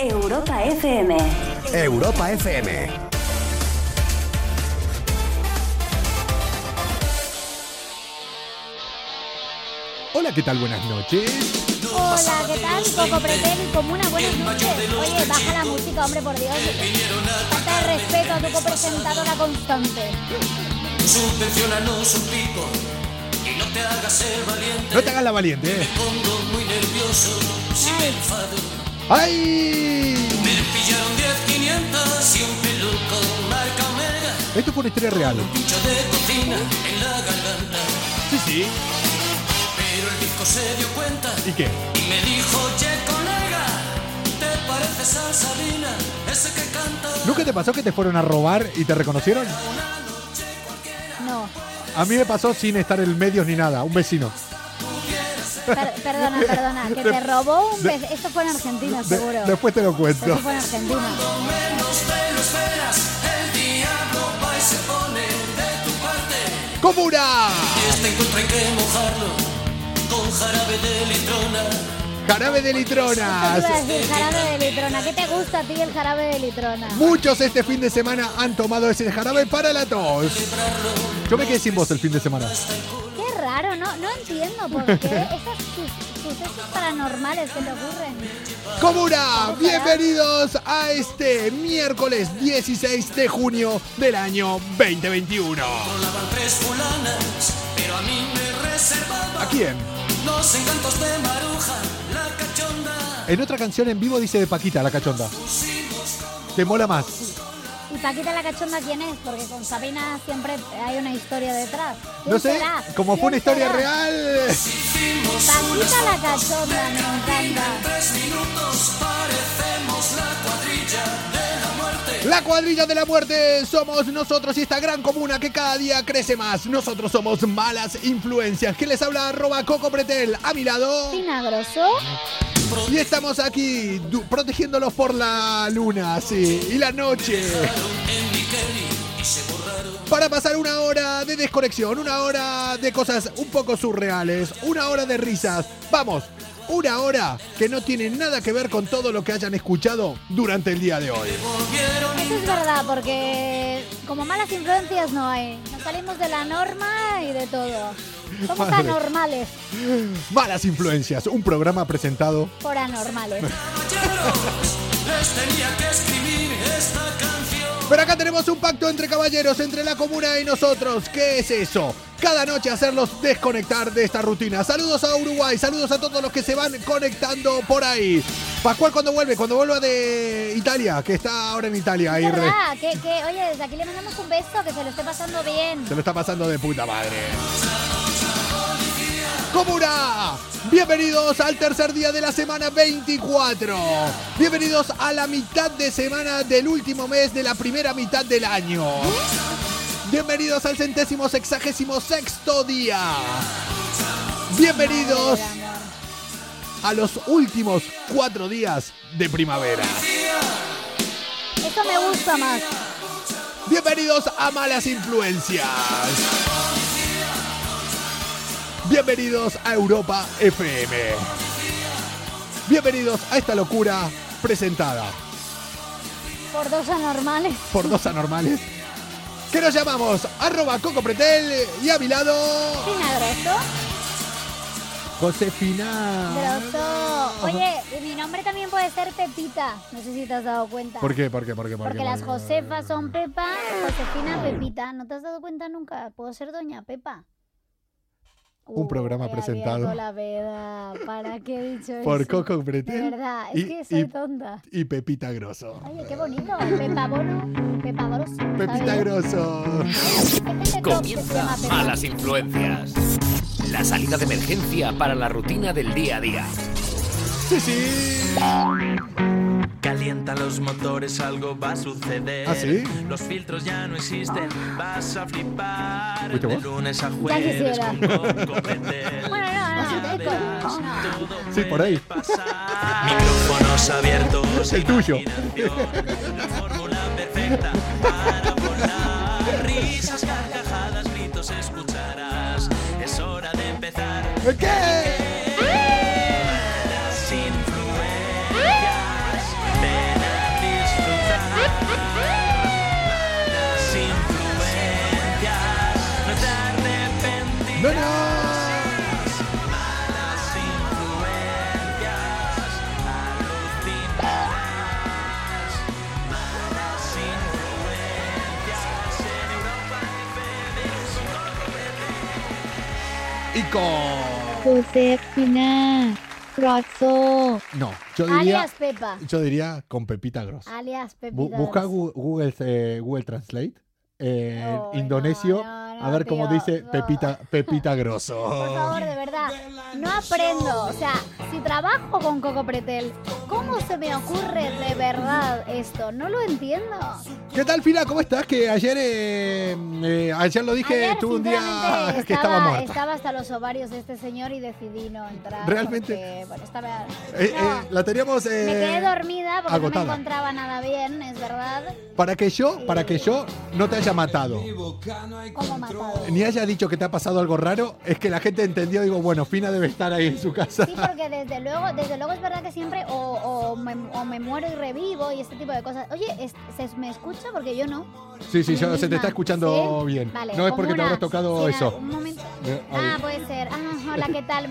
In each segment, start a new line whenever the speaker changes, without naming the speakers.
Europa FM.
Europa FM.
Hola, ¿qué tal? Buenas noches.
Hola, ¿qué tal? Coco Pretel y Comuna, buenas noches. Oye, baja la música, hombre, por Dios. Falta de respeto a tu copresentadora constante.
Subvencionanos un pico y no te hagas el valiente.
No te hagas la valiente, eh.
Pongo muy nervioso si me enfado.
¡Ay!
Me pillaron 10, 500 y un peluco marca Omega.
Esto fue una historia real.
Pincho de cocina en la garganta.
Sí, sí.
Pero el disco se dio cuenta
¿Y qué?
y me dijo, che, colega, ¿te pareces a Sabina? Ese que canta
¿Nunca te pasó que te fueron a robar y te reconocieron?
una noche cualquiera.
No,
A mí me pasó sin estar en medios ni nada, un vecino.
per- perdona, perdona. Que te robó un beso. Esto fue en Argentina,
De-
seguro.
después te lo
Esto
cuento.
fue en Argentina.
Menos te lo esperas, el diablo va y se pone de tu parte.
¡Comuna!
Este encuentro hay que mojarlo con jarabe de litrona.
Jarabe de
Te iba a
litronas.
decir jarabe de litrona. ¿Qué te gusta a ti el jarabe de litrona?
Muchos este fin de semana han tomado ese jarabe para la tos. Yo me quedé sin voz el fin de semana.
Qué raro, no, no entiendo por qué esos sus- sucesos paranormales que te ocurren.
Comuna, bienvenidos a este miércoles 16 de junio del año 2021.
Volaban tres fulanas, pero a mí me reservaba
¿A quién?
los encantos de Maruja, la cachonda.
En otra canción en vivo dice de Paquita, la cachonda. Te mola más.
¿Y Paquita la cachonda quién es? Porque con Sabina siempre hay una historia detrás. ¿Quién
No sé,
será?
como fue una
¿Quién
historia
será?
real.
Paquita la cachonda, me encanta.
Tres minutos parecemos la cuadrilla de la muerte.
La cuadrilla de la muerte somos nosotros y esta gran comuna que cada día crece más. Nosotros somos malas influencias. Que les habla arroba Coco Pretel a mi lado.
Pina Grosso.
Y estamos aquí du- protegiéndolos por la luna, sí, y la noche. Para pasar una hora de desconexión, una hora de cosas un poco surreales, una hora de risas. Vamos, una hora que no tiene nada que ver con todo lo que hayan escuchado durante el día de hoy.
Eso es verdad, porque como malas influencias no hay. Nos salimos de la norma y de todo. Somos
Madre.
anormales
Malas influencias, un programa presentado
por anormales.
Caballeros, les tenía que escribir esta canción.
Pero acá tenemos un pacto entre caballeros, entre la comuna y nosotros. ¿Qué es eso? Cada noche hacerlos desconectar de esta rutina. Saludos a Uruguay, saludos a todos los que se van conectando por ahí. Pascual cuando vuelve, cuando vuelva de Italia, que está ahora en Italia. Ahí
Es
re-
verdad, que, que, oye, desde aquí le mandamos un beso, que se lo esté pasando bien.
se lo está pasando de puta madre. Comuna, bienvenidos al tercer día de la semana 24. Bienvenidos a la mitad de semana del último mes de la primera mitad del año. Bienvenidos al centésimo sexagésimo sexto día. Bienvenidos a los últimos cuatro días de primavera.
Eso me gusta más.
Bienvenidos a Malas Influencias. Bienvenidos a Europa FM. Bienvenidos a esta locura presentada
Por dos anormales.
por dos anormales que nos llamamos arroba Coco Pretel y a mi lado
Pina Grosso.
Josefina.
Grosso. Oye, y mi nombre también puede ser Pepita. No sé si te has dado cuenta.
¿Por qué? ¿Por qué? ¿Por qué? ¿Por qué?
Porque las
¿Por qué?
Josefas son Pepa, Josefina, Pepita. ¿No te has dado cuenta nunca? Puedo ser Doña Pepa.
Un programa
he
presentado.
abierto la veda. ¿Para qué he dicho
Por
eso?
Coco
De
Pretel
verdad, es
y-
que
y-
soy tonta.
y Pepita Grosso.
Oye, qué bonito. Pepa Bono, Pepa Grosso. está
Pepita
bien.
Grosso.
Hay gente top que se
Comienza
llama Pepa.
Malas Influencias. La salida de emergencia para la rutina del día a día.
Sí, sí.
Calienta los motores, algo va a suceder.
¿Ah, sí?
Los filtros ya no existen, vas a flipar.
¿Fuiste
De
vos?
lunes a
quisiera.
jueves con Coco Petel.
Bueno, no, no, no, esto- no.
Sí, por ahí.
Pasar. Micrófonos abiertos.
El tuyo.
imaginación, La fórmula perfecta para volar. Risas, carcajadas, gritos escucharás. Es hora de empezar.
¿Qué?
Las influencias.
Franco.
Josefina Rosso.
No, yo diría,
Alias Pepa.
yo diría con Pepita Gross.
Alias Pepa.
Bu- busca Gu- Google, eh, Google Translate. eh, en
Oh,
indonesio,
no, no,
a ver cómo
tío,
dice
no.
Pepita, Pepita Grosso.
Por favor, de verdad, no aprendo. O sea, si trabajo con Coco Pretel, ¿cómo se me ocurre de verdad esto? No lo entiendo.
¿Qué tal, Fina? ¿Cómo estás? Que ayer, eh, eh, ayer lo dije,
Ayer,
tuve un día
sinceramente,
que estaba muerta.
estaba hasta los ovarios de este señor y decidí no entrar.
Realmente.
porque, bueno, estaba-
Eh,
no,
eh, la teníamos eh,
me quedé dormida porque no me
agotada.
encontraba nada bien, es verdad.
para que yo, para que yo no te haya matado,
Como matado.
ni haya dicho que te ha pasado algo raro, es que la gente entendió, digo, bueno, Fina debe estar ahí en su casa.
Sí, porque desde luego, desde luego es verdad que siempre o, o me, o me muero y revivo y este tipo de cosas. Oye, es- ¿se me escucha? Porque yo no.
Sí, sí,
A mí
yo- se te
misma.
está escuchando
¿Sí?
bien.
Vale,
no es
como
porque te
una-
habrás tocado
sí,
eso.
un momento.
Eh, ahí.
Ah, puede ser. Ah, hola, ¿qué tal?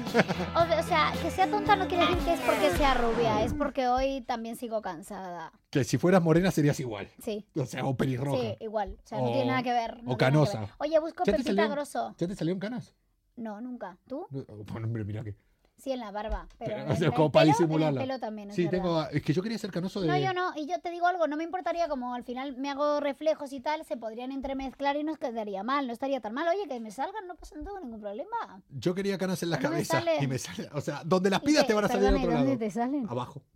O, o sea, que sea tonta no quiere decir que es porque sea rubia, es porque hoy también sigo cansada.
Que si fueras morena serías igual.
Sí,
O sea, o pelirroja.
sí, igual. O sea, no
O-
tiene nada que ver. no
o
tiene nada que
canosa.
ver. Oye, busco
¿Ya te
Pepita
salió?
Grosso.
¿Ya te salieron canas? oh,
No, nunca. ¿Tú?
Bueno, hombre, mira que.
Sí, en la barba. Pero,
pero,
en
o sea,
el
como para
pelo- en el
disimularla.
pelo también, es
sí,
verdad.
tengo. eh, Es que yo quería ser canoso de.
No, yo no. Y yo te digo algo, no me importaría como al final me hago reflejos y tal, se podrían entremezclar y nos quedaría mal, no estaría tan mal. Oye, que me salgan, no pasa no tengo ningún problema.
Yo quería canas en la
No me
cabeza.
sale.
y me sale. O sea, donde las
Y
pidas
que-
te van a salir al
perdona, ¿y
otro
dónde
lado.
te salen?
Abajo.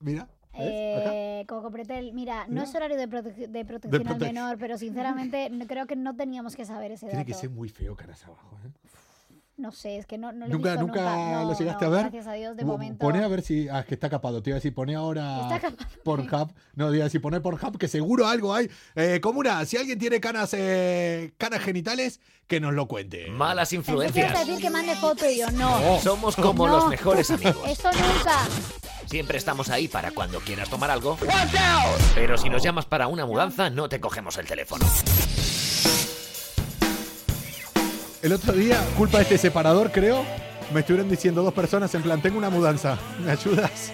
mira. ¿ves? Acá.
Eh, Coco Pretel, mira, no
Mira.
es horario de, prote- de protección al
protec-
menor, pero sinceramente no- creo que no teníamos que saber ese
Tiene
dato.
que ser muy feo canas abajo. ¿eh?
No sé, es que no, no lo he
Nunca,
visto
nunca,
No,
lo llegaste
no,
a ver.
Gracias a Dios, de
Bu-
momento.
Poné a ver si. Ah, es que está capado. Te iba a decir, poné ahora.
Está capado.
Pornhub. No, diga, si poné Pornhub, que seguro algo hay. Eh, Comuna, si alguien tiene canas, eh, canas genitales, que nos lo cuente.
Malas
Pensé que ibas a
influencias.
decir que mande foto y yo, no.
Somos como
No.
los mejores amigos.
Eso nunca.
Siempre estamos ahí para cuando quieras tomar algo. Pero si nos llamas para una mudanza, no te cogemos el teléfono.
El otro día, culpa de este separador, creo, me estuvieron diciendo dos personas en plan, tengo una mudanza, ¿me ayudas?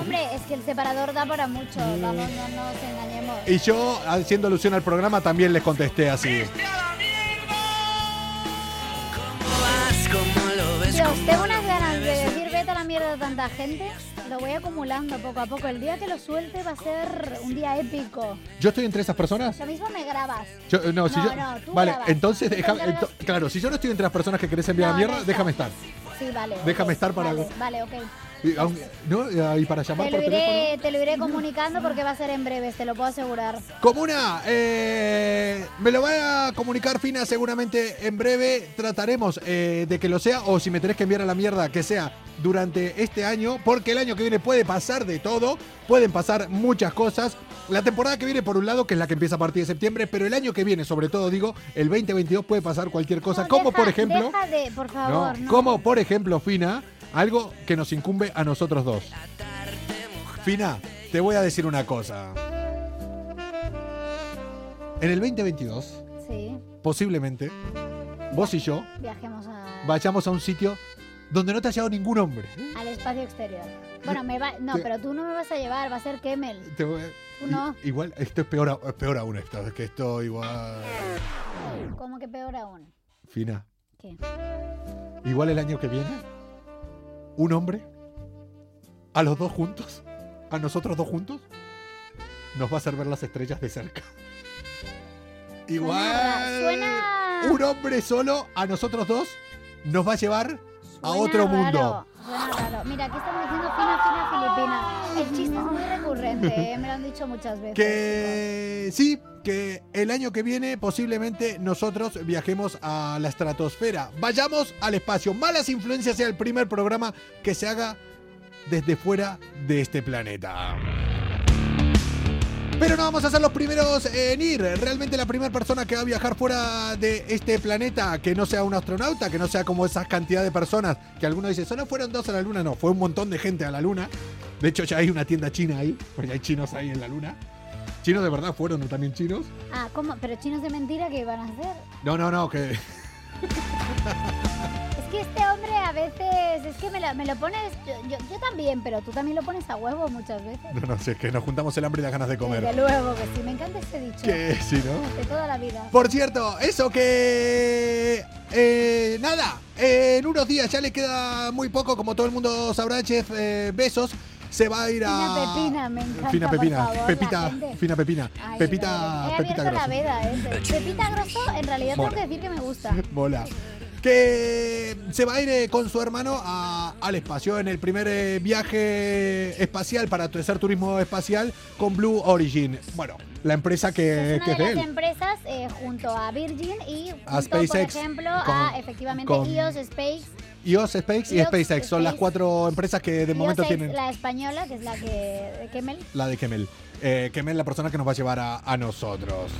Hombre, es que el separador da para mucho. Vamos, no nos engañemos.
Y yo, haciendo alusión al programa, también les contesté así.
Dios, tengo unas ganas de decir vete a la mierda a tanta gente. Lo voy acumulando poco a poco. El día que lo suelte va a ser un día épico.
¿Yo estoy entre esas personas?
Lo mismo me grabas.
Yo, eh, no, si
No,
yo,
no, tú
vale,
grabas.
entonces,
Tú te
déjame-
encargas-
ento- claro, si yo no estoy entre las personas que querés enviar a
No,
mierda,
no está.
déjame estar.
Sí, vale.
Déjame
ok,
estar para-
Vale, vale, ok.
Y, aunque- ¿no? Eh, y para llamar
Te lo,
por teléfono.
iré, te lo iré comunicando porque va a ser en breve, te lo puedo asegurar.
Comuna, eh, me lo va a comunicar Fina seguramente en breve. Trataremos eh, de que lo sea, o si me tenés que enviar a la mierda, que sea durante este año, porque el año que viene puede pasar de todo, pueden pasar muchas cosas. La temporada que viene, por un lado, que es la que empieza a partir de septiembre, pero el año que viene, sobre todo, digo, el 2022 puede pasar cualquier cosa,
No,
como
deja-
por ejemplo,
Deja de, por favor.
no,
no.
como por ejemplo, Fina, algo que nos incumbe a nosotros dos. Fina, te voy a decir una cosa. En el 2022,
Sí,
posiblemente, vos y yo
viajemos a-
vayamos a un sitio donde no te ha llegado ningún hombre.
al espacio exterior. Bueno, me va, no,
Te-
pero tú no me vas a llevar, va a ser Kemel.
Te voy-
No.
i- Igual, esto es peor, a- es peor aún esto, es que esto igual...
Como que peor aún.
Fina,
¿Qué?
igual el año que viene, un hombre, a los dos juntos, a nosotros dos juntos, nos va a hacer ver las estrellas de cerca. Igual...
Suena.
Un hombre solo, a nosotros dos, nos va a llevar a
Suena
otro
raro,
mundo.
Suena raro. Mira, aquí están diciendo fina, fina, filipina. El chiste es muy recurrente, ¿eh? me lo han dicho muchas veces.
Que sí, que el año que viene posiblemente nosotros viajemos a la estratosfera. Vayamos al espacio. Malas influencias sea el primer programa que se haga desde fuera de este planeta. Pero no vamos a ser los primeros en ir. Realmente la primera persona que va a viajar fuera de este planeta, que no sea un astronauta, que no sea como esas cantidad de personas, que algunos dicen, solo fueron dos a la luna, no, fue un montón de gente a la luna. De hecho ya hay una tienda china ahí, porque hay chinos ahí en la luna. Chinos de verdad fueron ¿no? también chinos.
Ah, ¿cómo? Pero chinos de mentira, ¿qué van a hacer?
No, no, no, que
Es que este hombre a veces es que me lo, me lo pones. Yo, yo, yo también, pero tú también lo pones a huevo muchas veces.
No, no, si es que nos juntamos el hambre y las ganas de
Desde
comer.
luego que sí, me encanta este dicho.
Que sí, ¿no?
De toda la vida.
Por cierto, eso que... eh, nada, eh, en unos días ya le queda muy poco, como todo el mundo sabrá, Chef eh, Besos se va a ir
Fina
a...
Pepina, me encanta.
Fina
por
Pepina,
favor, la
Pepita,
gente.
Fina Pepina,
Ay, eh,
Pepita,
no, He abierto
Pepita
la
Grosso.
veda, ¿eh? Pepita Grosso, en realidad
Mola.
tengo que decir que me gusta.
Mola. Que se va a ir eh, con su hermano a- al espacio en el primer eh, viaje espacial para tu- hacer turismo espacial con Blue Origin. Bueno, la empresa que,
Es
que
una
es
de
de
las
él.
empresas eh, junto a Virgin y junto,
A SpaceX,
por ejemplo, a
con-
efectivamente
con-
iOS Space.
IOS Space y
IOS
SpaceX son las
Space.
cuatro empresas que de
iOS
momento
es
tienen la,
La española, que es la que. de Kemmel.
de Kemel. Eh, Kemel la persona que nos va a llevar a, a nosotros.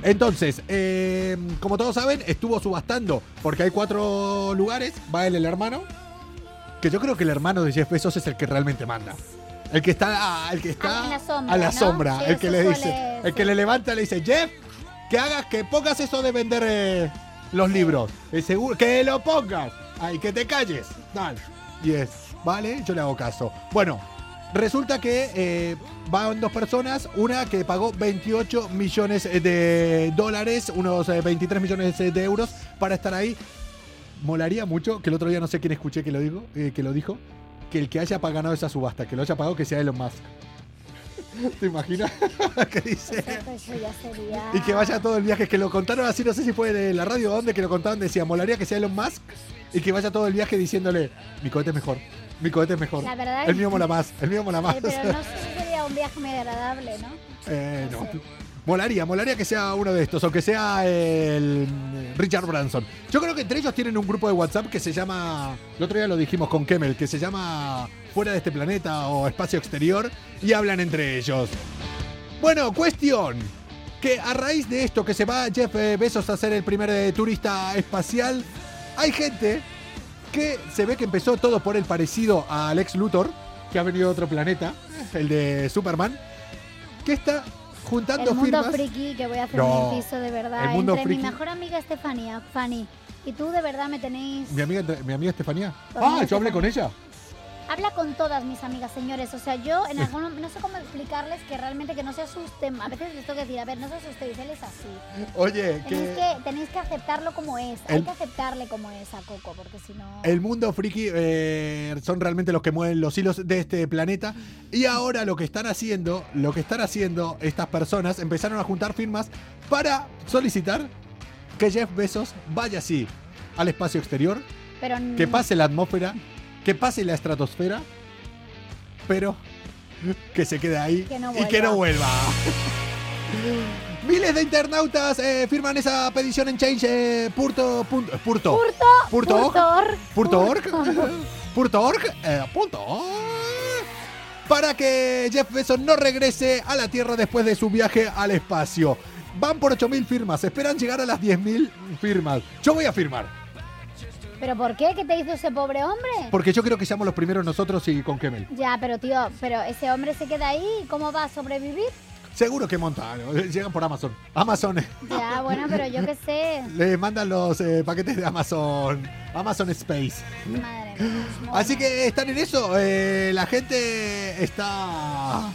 Entonces, eh, como todos saben, estuvo subastando porque hay cuatro lugares. Va él, el hermano. Que yo creo que el hermano de Jeff Bezos es el que realmente manda. El que está, ah, el que está
Ah, en la sombra,
a la
¿no?
sombra,
Sí,
el que
eso
le
suele
dice, el
ser.
que le levanta le dice, Jeff, que hagas, que pongas eso de vender eh, los libros, Eh, seguro- que lo pongas, ay, que te calles, tal, y es, vale, yo le hago caso. Bueno, resulta que eh, van dos personas, una que pagó 28 millones eh, de dólares, unos eh, 23 millones eh, de euros para estar ahí. Molaría mucho que el otro día no sé quién escuché que lo digo, eh, que lo dijo, que el que haya pagado esa subasta, que lo haya pagado, que sea Elon Musk. ¿Te imaginas? ¿Qué dice?
Eso ya sería.
Y que vaya todo el viaje, que lo contaron así, no sé si fue de la radio o dónde que lo contaron, decía, molaría que sea Elon Musk y que vaya todo el viaje diciéndole, mi cohete es mejor, mi cohete es mejor,
La verdad
el
es-
mío mola más, el mío mola más.
Eh, pero no sé si sería un viaje muy agradable, ¿no?
Eh,
no
no.
sé.
Molaría, molaría que sea uno de estos, o que sea el eh, Richard Branson. Yo creo que entre ellos tienen un grupo de WhatsApp que se llama, el otro día lo dijimos con Kemmel, que se llama Fuera de este planeta o Espacio Exterior, y hablan entre ellos. Bueno, cuestión. Que a raíz de esto que se va Jeff eh, Bezos a ser el primer eh, turista espacial, hay gente que se ve que empezó todo por el parecido a Lex Luthor, que ha venido de otro planeta, eh, el de Superman, que está juntando
El mundo
firmas.
friki que voy a hacer
No,
mi piso, de verdad.
el mundo
entre mi
friki.
mejor amiga Estefanía, Fanny, y tú de verdad me tenéis.
Mi amiga, mi amiga Estefanía.
Pues
Ah,
mira,
yo hablé con ella.
Habla con todas mis amigas, señores. O sea, yo en algún no sé cómo explicarles que realmente que no se asusten. A veces les tengo que decir, a ver, no se asustéis, él es así.
Oye,
Tenéis
que
que, tenéis que aceptarlo como es. Hay
El-
que aceptarle como es a Coco, porque si no.
el mundo friki eh, son realmente los que mueven los hilos de este planeta. Y ahora lo que están haciendo, lo que están haciendo estas personas, empezaron a juntar firmas para solicitar que Jeff Bezos vaya así al espacio exterior
Pero
que
mm,
pase la atmósfera, que pase la estratosfera, pero que se quede ahí
Que no
y que
vuelva.
no vuelva. Miles de internautas eh, firman esa petición en change eh, purto, punto, eh, purto,
Purto,
purto,
Purtor.
purto org, purto org, eh, punto org, para que Jeff Bezos no regrese a la Tierra después de su viaje al espacio. Van por 8.000 firmas, esperan llegar a las 10.000 firmas. Yo voy a firmar.
¿Pero por qué? ¿Qué te hizo ese pobre hombre?
Porque yo creo que seamos los primeros nosotros y con Kemel.
Ya, pero tío, pero ese hombre se queda ahí, ¿cómo va a sobrevivir?
Seguro que montan. Llegan por Amazon. Amazon. eh,
Ya, bueno, pero yo qué sé.
Le mandan los eh, paquetes de Amazon. Amazon Space.
Madre mía. no.
Así que están en eso. eh, la gente está.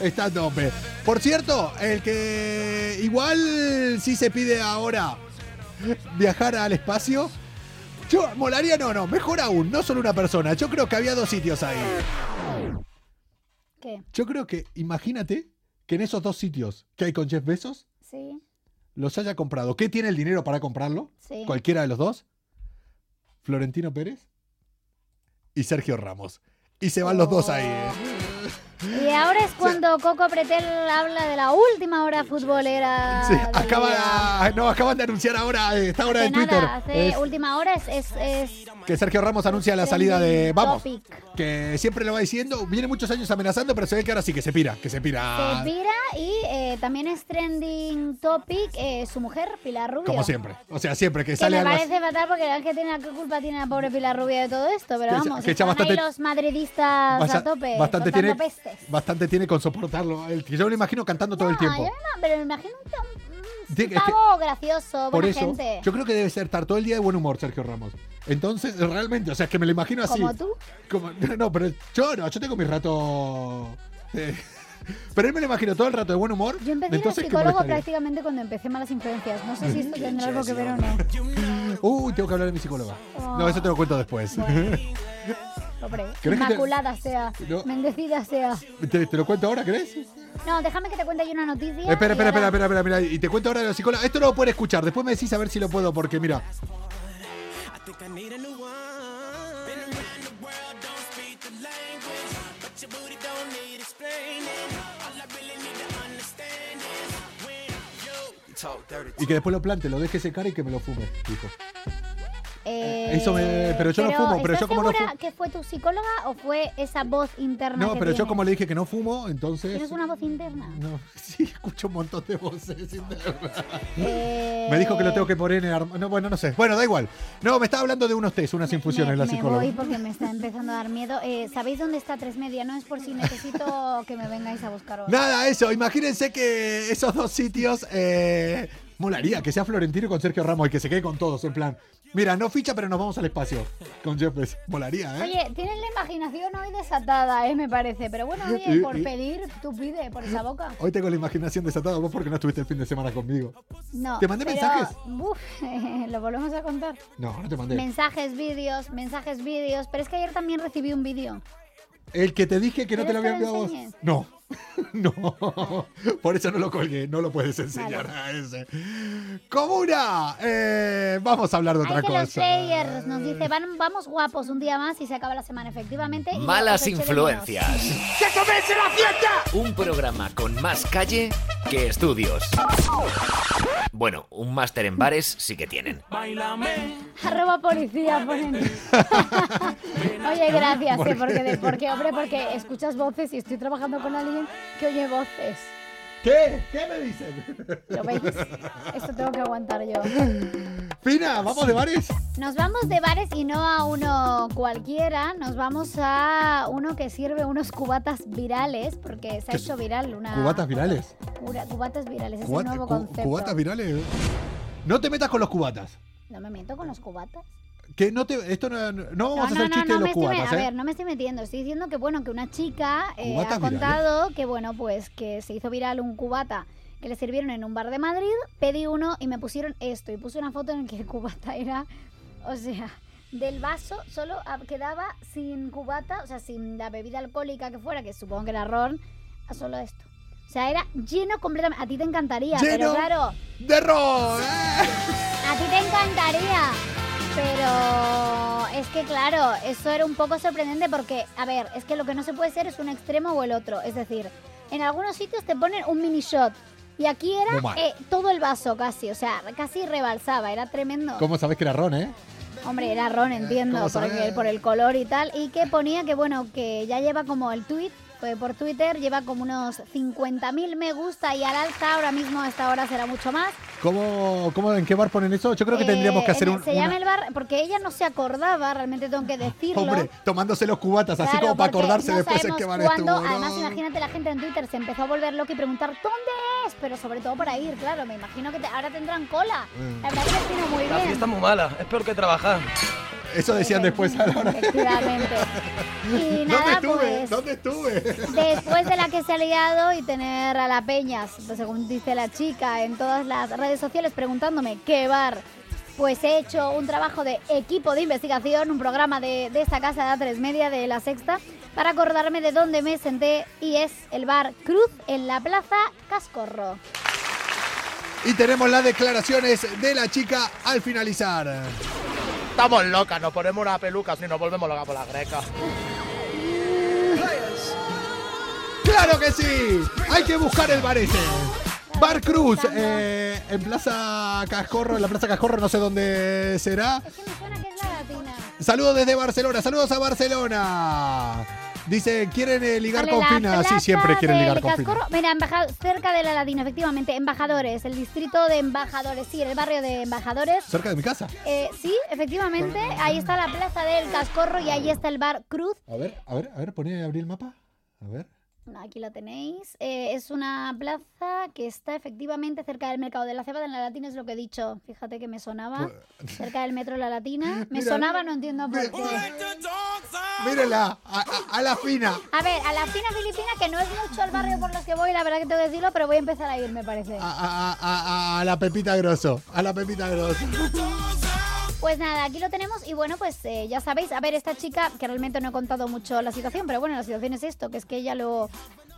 Está a tope. Por cierto, el que igual sí se pide ahora viajar al espacio. Yo molaría, no, no, mejor aún, no solo una persona. Yo creo que había dos sitios ahí.
¿Qué?
Yo creo que, imagínate que en esos dos sitios que hay con Jeff Bezos,
Sí.
los haya comprado. ¿Qué tiene el dinero para comprarlo?
Sí.
Cualquiera de los dos. Florentino Pérez y Sergio Ramos. Y se van los dos ahí.
Oh,
¿eh?
Y ahora es cuando Coco Pretel habla de la última hora futbolera.
Sí,
del día.
acaba, ah, no, acaban de anunciar ahora, eh, está ahora
Hace
en
nada,
Twitter.
hace
es
última hora es, es, es
que Sergio Ramos anuncia la salida de
trending
Vamos.
topic.
Que siempre lo va diciendo, viene muchos años amenazando, pero se ve que ahora sí que se pira, que se pira.
se pira y eh, también es trending topic eh, su mujer, Pilar Rubio.
Como siempre. O sea, siempre que
Que
sale
me
algo así.
parece fatal porque la que tiene la qué culpa tiene la pobre Pilar Rubio de todo esto, pero
Que-
vamos,
que echa
están
bastante-
ahí los madridistas a
Basta-
tope,
bastante, tiene,
soltando pestes.
bastante tiene con soportarlo. el tío. Yo me lo imagino cantando todo el
Ah, yo
tiempo.
no, pero me imagino un, un- un
Tiene que- es que-
pavo gracioso,
Por
buena
eso,
gente.
yo creo que debe ser estar todo el día de buen humor, Sergio Ramos. Entonces, realmente, o sea, es que me lo imagino así.
¿Como tú?
Como- no, pero yo no, yo tengo mi rato. eh, pero él me lo imagino todo el rato de buen humor.
Yo empecé en el
entonces, ¿qué Mm,
psicólogo
molestaría?
prácticamente cuando empecé malas influencias. No sé si esto tendrá algo que ver o no.
Uy, tengo que hablar de mi psicóloga.
Oh.
No, eso te lo cuento después.
Bueno. Pobre.
¿Crees que te-
Inmaculada sea.
No.
Bendecida sea.
¿Te, te lo cuento ahora, crees?
No, déjame que te cuente yo una
Espera,
noticia. y
espera, espera,
ahora-
espera, espera, mira, y te cuento ahora de los psicólogos. Esto no lo puedes escuchar, después me decís a ver si lo puedo, porque mira, y que después lo plante, lo deje secar y que me lo fume, dijo.
Eh,
Eso me- pero yo no fumo, pero yo
¿estás
como no
segura
fumo-
que fue tu psicóloga o fue esa voz interna?
No,
que
pero yo
tienes?
como le dije que no fumo, entonces...
Tienes una voz interna.
No, sí, escucho un montón de voces.
Eh,
Me dijo que lo tengo que poner en el arma- No, bueno, no sé. Bueno, da igual. No, me estaba hablando de unos test, unas infusiones,
me,
la
me
psicóloga.
voy porque me está empezando a dar miedo. Eh, ¿Sabéis dónde está tres media? No es por si necesito que me vengáis a buscar ahora.
Nada, eso. Imagínense que esos dos sitios. Eh, molaría que sea Florentino con Sergio Ramos y que se quede con todos. En plan, mira, no ficha, pero nos vamos al espacio con Jeffers. Molaría, ¿eh?
Oye, tienes la imaginación hoy desatada, eh, me parece. Pero bueno,
Y-
oye, por
y-
pedir, tú pide por esa boca.
Hoy tengo la imaginación desatada vos porque no estuviste el fin de semana conmigo.
No.
¿Te mandé
pero-
mensajes?
Uf, lo volvemos a contar.
No, no te mandé.
Mensajes, vídeos, mensajes, vídeos. Pero es que ayer también recibí un vídeo.
El que te dije que no te lo
¿Querés
había
que lo
enviado a vos.
enseñe?
No. No. Por eso no lo colgué. No lo puedes enseñar a ese. Comuna. Eh, vamos a hablar de otra
Hay que los
cosa.
players nos dice, van, vamos guapos un día más y se acaba la semana, efectivamente. y pues,
Malas
os echo de
influencias. ¡Que comience la fiesta! Un programa con más calle que estudios. Bueno, un máster en bares sí que tienen.
menos. Arroba policía, ponen. oye, gracias, eh, porque, de- porque, hombre, porque escuchas voces y estoy trabajando con alguien que oye voces.
¿Qué? ¿Qué me dicen?
¿Lo veis? Esto tengo que aguantar yo.
Pina, ¿vamos de bares?
Nos vamos de bares y no a uno cualquiera, nos vamos a uno que sirve unos cubatas virales, porque se ha hecho viral una...
Cubatas virales.
Cura- cubatas virales, es
Cuba-
un Ah, nuevo
cu-
concepto.
cubatas virales. No te metas con los cubatas.
No me meto con los cubatas.
Que no te, esto no, no
No,
vamos a
no,
hacer
no,
chiste
no
de
me
los
estoy me-
cubatas,
A
¿eh?
ver, no me estoy metiendo. Estoy diciendo que, bueno, que una chica eh, ha
Cubatas virales.
contado que, bueno, pues que se hizo viral un cubata que le sirvieron en un bar de Madrid. Pedí uno y me pusieron esto. Y puse una foto en que el cubata era, o sea, del vaso solo ah, quedaba sin cubata, o sea, sin la bebida alcohólica que fuera, que supongo que era ron, a solo esto. O sea, era lleno completamente. A ti te encantaría,
Lleno.
pero claro.
¡De rock! ¡Eh!
A ti te encantaría. Pero es que claro, eso era un poco sorprendente porque, a ver, es que lo que no se puede ser es un extremo o el otro. Es decir, en algunos sitios te ponen un mini shot. Y aquí era
Muy mal.
eh, todo el vaso casi, o sea, casi rebalsaba, era tremendo.
¿Cómo sabes que era Ron, eh?
Hombre, era ron, entiendo,
¿Cómo
por
sabe?
el, por el color y tal. Y que ponía que, bueno, que ya lleva como el tweet, fue por Twitter, lleva como unos 50.000 me gusta y al alza, ahora mismo a esta hora será mucho más.
¿Cómo, cómo, en qué bar ponen eso? Yo creo que
Eh,
tendríamos que hacer
en-
un.
Se
una-
llama el bar porque ella no se acordaba, realmente tengo que decirlo.
Hombre, tomándose los cubatas, así
Claro,
como para
porque
acordarse
no
después en
sabemos
qué bar
cuándo.
estuvo, ¿no?
Además, imagínate, la gente en Twitter se empezó a volver loca y preguntar ¿dónde es? Pero sobre todo para ir, claro, me imagino que te- ahora tendrán cola.
Eh.
La verdad que les vino muy
La
bien.
fiesta es muy mala, es peor que trabajar.
Eso decían después a la hora.
Efectivamente. Y
¿Dónde
nada,
estuve?
pues.
¿Dónde estuve?
Después de la que se ha liado y tener a la Peñas, pues, según dice la chica, en todas las redes sociales preguntándome qué bar, pues he hecho un trabajo de equipo de investigación, un programa de, de esta casa de A3 Media de la Sexta, para acordarme de dónde me senté y es el bar Cruz en la Plaza Cascorro.
Y tenemos las declaraciones de la chica al finalizar.
Estamos locas, nos ponemos una peluca si nos volvemos locas por la greca.
¡Claro que sí! Hay que buscar el bar ese. Bar Cruz, eh, en Plaza Cascorro, en la Plaza Cascorro, no sé dónde será.
Es que me suena que es la latina.
Saludos desde Barcelona, saludos a Barcelona. Dice, ¿quieren eh, ligar
Vale,
con
la
Fina? Sí,
plaza
siempre quieren
del
ligar con Fina.
Cascorro. Mira, embaja- cerca de la latina, efectivamente, embajadores, el distrito de embajadores, sí, el barrio de embajadores.
Cerca de mi casa.
Eh, sí, efectivamente, ahí está la plaza del Cascorro y ahí está el bar Cruz.
A ver, a ver, a ver, poné, abrí el mapa. A ver.
Aquí la tenéis. Eh, es una plaza que está efectivamente cerca del mercado de la cebada. En la latina es lo que he dicho. Fíjate que me sonaba. Cerca del metro la latina. Me
Pues, Mira,
sonaba, no entiendo por
mira.
qué.
Mírela, a, a- a la fina.
A ver, a la fina filipina, que no es mucho el barrio por los que voy, la verdad que tengo que decirlo, pero voy a empezar a ir, me parece.
A, a- a- a- a la Pepita Grosso. A la Pepita Grosso.
Pues nada, aquí lo tenemos y bueno, pues eh, ya sabéis, a ver, esta chica, que realmente no he contado mucho la situación, pero bueno, la situación es esto, que es que ella lo,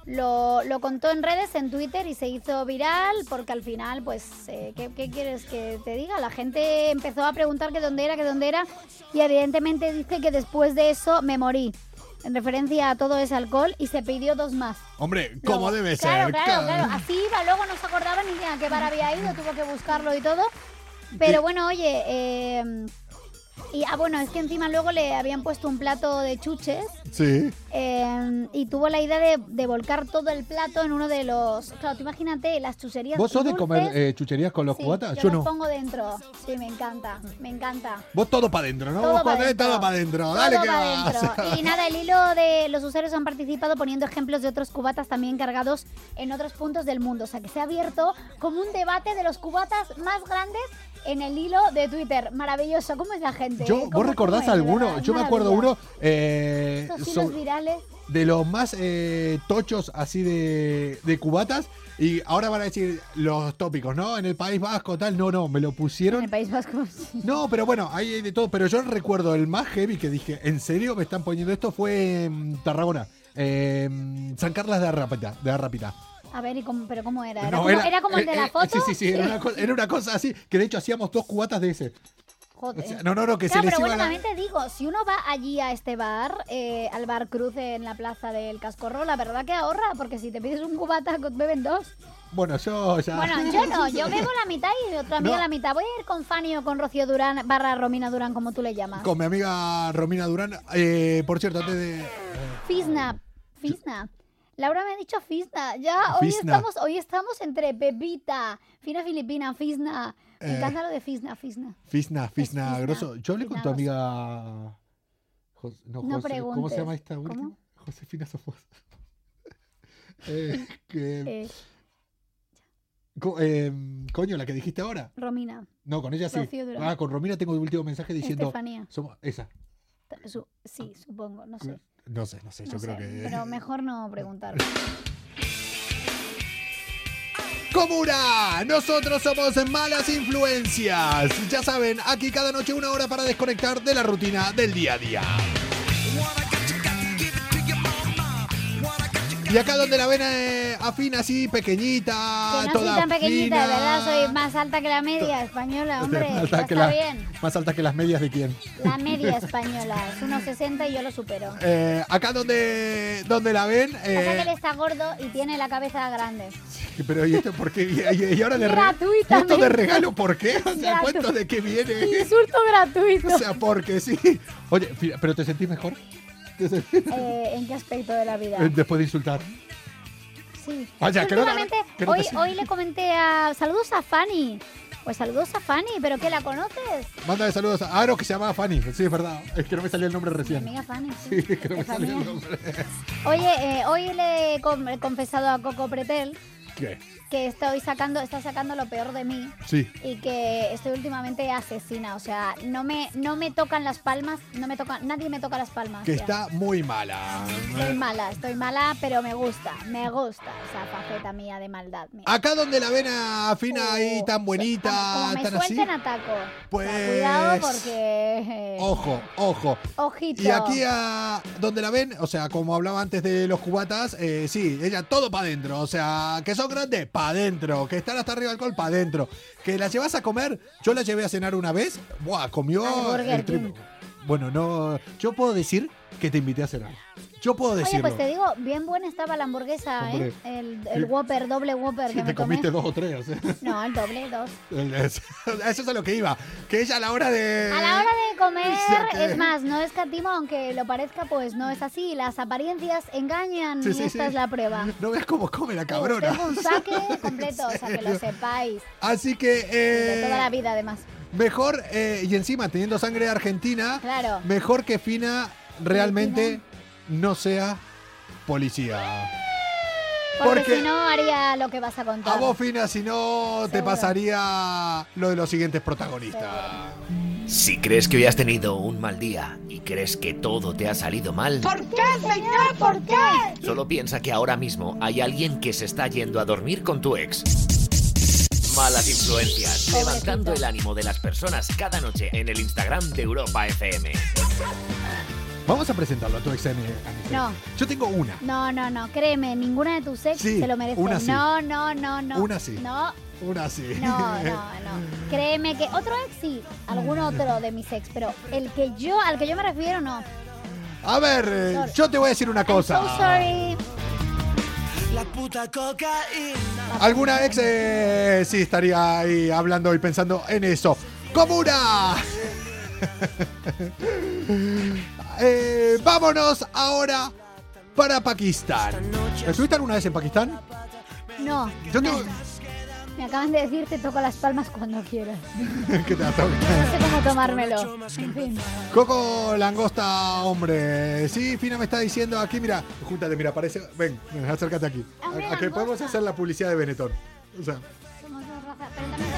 lo, lo contó en redes, en Twitter y se hizo viral, porque al final, pues, eh, ¿qué, qué quieres que te diga? La gente empezó a preguntar que dónde era, que dónde era, y evidentemente dice que después de eso me morí, en referencia a todo ese alcohol, y se pidió dos más.
Hombre, como
Luego,
debe
claro,
ser.
Claro,
Cada-
claro, así iba, luego no se acordaba ni a qué bar había ido, tuvo que buscarlo y todo. Pero
Sí.
bueno, oye, eh, y ah, bueno, es que encima luego le habían puesto un plato de chuches
Sí.
eh, y tuvo la idea de, de volcar todo el plato en uno de los. Claro, tú imagínate las chucherías.
¿Vos sos de
dulces.
comer eh, chucherías con los
Sí,
cubatas?
Yo,
Yo no.
los pongo dentro. Sí, me encanta, me encanta.
Vos todo para adentro, ¿no? Vos
Todo
cuando
para
es
adentro.
todo para adentro.
Todo
Dale que
pa'
vas.
dentro. Y nada, el hilo de los usuarios han participado poniendo ejemplos de otros cubatas también cargados en otros puntos del mundo. O sea, que se ha abierto como un debate de los cubatas más grandes en el hilo de Twitter. Maravilloso. ¿Cómo es la gente?
Yo,
eh? ¿Cómo-
¿Vos recordás
cómo es, de
alguno?
verdad?
Yo me
Maravilla.
acuerdo uno eh,
Estos hilos
sobre-
virales.
de los más eh, tochos así de, de cubatas. Y ahora van a decir los tópicos, ¿no? En el País Vasco, tal. No, no, me lo
En
pusieron.
el País Vasco. sí.
No, pero bueno, ahí hay de todo. Pero yo recuerdo el más heavy que dije, ¿en serio me están poniendo esto? Fue en Tarragona. en San Carlos de Arrapita. De Arrapita.
A ver, ¿y cómo, ¿pero cómo era? ¿Era,
No,
como, era como el de
eh,
la
eh,
foto?
Sí, sí, sí, era una, co- era una cosa así, que de hecho hacíamos dos cubatas de ese. O
Joder.
sea, no, no, no, que
Claro,
se les
pero
iba
bueno,
la...
también te digo, si uno va allí a este bar, eh, al bar Cruce en la plaza del Cascorro, la verdad que ahorra, porque si te pides un cubata, co- beben dos.
Bueno, yo ya...
Bueno, yo no, yo bebo la mitad y otra amiga
No.
la mitad. Voy a ir con Fanny o con Rocío Durán, barra Romina Durán, como tú le llamas.
Con mi amiga Romina Durán, eh, por cierto, antes de...
Fisna, Fisna. Laura me ha dicho Fisna. Ya, hoy
Fisna.
estamos, hoy estamos entre Pepita, Fina Filipina, Fisna. Me
Eh.
encanta lo de Fisna, Fisna.
Fisna, Fisna
Fisna,
Grosso. Yo hablé con
Fisna
tu amiga... Jos- no,
No
José- ¿Cómo
preguntes.
se llama esta
¿Cómo?
última? Josefina Sofosa. Eh, que-
Eh,
co- em, coño, la que dijiste ahora.
Romina,
No, con ella sí.
Rocío Durán.
Ah, con Romina tengo el último mensaje diciendo...
Estefanía.
Somos, esa.
Su- sí, supongo, no sé.
No sé, no sé, yo
No
creo
sé,
que...
Pero mejor no preguntar.
Comuna, nosotros somos malas influencias. Ya saben, aquí cada noche una hora para desconectar de la rutina del día a día. Y acá donde la ven eh, a Fina así, pequeñita,
Que
Ah,
no soy
toda
tan pequeñita, de
fina.
verdad, soy más alta que la media española, hombre.
Más
ya
alta, que
está
la-
bien.
más alta que las medias de quién.
La media española es unos 60 y yo lo supero.
Eh, acá donde, donde la ven...
Pasa que
eh,
él está gordo y tiene la cabeza grande.
Pero ¿y esto por qué? ¿Y, y ahora de re-
Gratuitamente.
¿y esto de regalo por qué? O sea,
Gratu-
¿cuánto de qué viene?
Insulto gratuito.
O sea, porque sí. Oye, Fina, ¿pero te sentís mejor? ¿Te sentís-
Eh, ¿En qué aspecto de la vida?
Eh, Después de insultar.
Sí.
Vaya, que no la-
Últimamente,
que no te
hoy,
sirve.
hoy le comenté a. Saludos a Fanny. Pues saludos a Fanny, ¿pero qué la conoces?
Mándale saludos a Aro, que se llamaba Fanny. Sí, es verdad. Es que no me salía el nombre
Mi
recién.
amiga Fanny. Sí,
Sí, que no me salía el
Estefanía.
nombre.
Oye, eh, hoy le he com- he confesado a Coco Pretel
¿Qué?
que estoy sacando, está sacando lo peor de mí.
Sí.
y que estoy últimamente asesina, o sea, no me, no me tocan las palmas, no me tocan, nadie me toca las palmas.
Que
o sea,
está muy mala.
Estoy mala, estoy mala, pero me gusta, me gusta esa faceta mía de maldad. mía.
Acá donde la ven a Fina ahí
Uh,
tan bonita,
Como, como me
tan así.
suelten ataco. O sea,
Pues-
cuidado porque
Ojo, ojo.
ojito.
Y aquí a donde la ven, o sea, como hablaba antes de los cubatas, eh, sí, ella todo para adentro. O sea, que son grandes, para adentro. Que están hasta arriba del alcohol, para adentro. Que la llevas a comer, yo la llevé a cenar una vez, buah,
Al
comió
Burger
el triple.
King.
Bueno, no, yo puedo decir que te invité a cenar. Yo puedo
Oye,
decirlo.
pues te digo, bien buena estaba la hamburguesa, ¿eh? El, el Whopper, doble Whopper
Sí,
que
te
me tomé.
comiste dos o tres. ¿eh?
No, el doble, dos.
Eso es a lo que iba. Que ella a la hora de.
A la hora de comer,
sea que-
es más, no escatimo, aunque lo parezca, pues no es así. Las apariencias engañan
Sí,
y
sí,
esta
sí.
es la prueba. Pues,
No veas cómo come la cabrona.
Tengo un saque completo, o sea, que lo sepáis.
Así que.
De
Eh,
toda la vida, además.
Mejor, eh, y encima teniendo sangre argentina,
Claro.
mejor que Fina realmente no sea policía.
Porque,
Porque-
si no haría lo que vas a contar.
A vos, Fina, si no, te
Seguro.
pasaría lo de los siguientes protagonistas.
Si crees que hoy has tenido un mal día y crees que todo te ha salido mal,
¿Por qué, señor? ¿Por qué?
solo piensa que ahora mismo hay alguien que se está yendo a dormir con tu ex. Malas influencias, levantando el ánimo de las personas cada noche en el Instagram de Europa FM.
Vamos a presentarlo a tu ex. Ani- Ani.
No.
Yo tengo una.
No, no, no, créeme, ninguna de tus ex
Sí,
se lo merece.
una sí.
No, no, no, no.
Una sí.
No,
Una sí.
no, no, no. Créeme que otro ex sí, algún otro de mis ex, pero el que yo, al que yo me refiero, no.
A ver, eh,
Sorry.
yo te voy a decir una cosa.
I'm so sorry.
La puta cocaína.
Alguna ex eh, sí estaría ahí hablando y pensando en eso. ¡Comuna! Eh, vámonos ahora para Pakistán. ¿Estuviste alguna vez en Pakistán?
No.
Yo tengo-
Me acaban de decir te toco las palmas cuando quieras.
¿Qué te ha tocado?
No sé cómo tomármelo. En fin.
Coco Langosta, hombre. Sí, Fina me está diciendo aquí, mira, júntate, mira, parece. Ven, ven, acércate aquí. A,
Hombre,
a que
langosta.
podemos hacer la publicidad de Benetton. O sea,
Somos dos razas, pero también-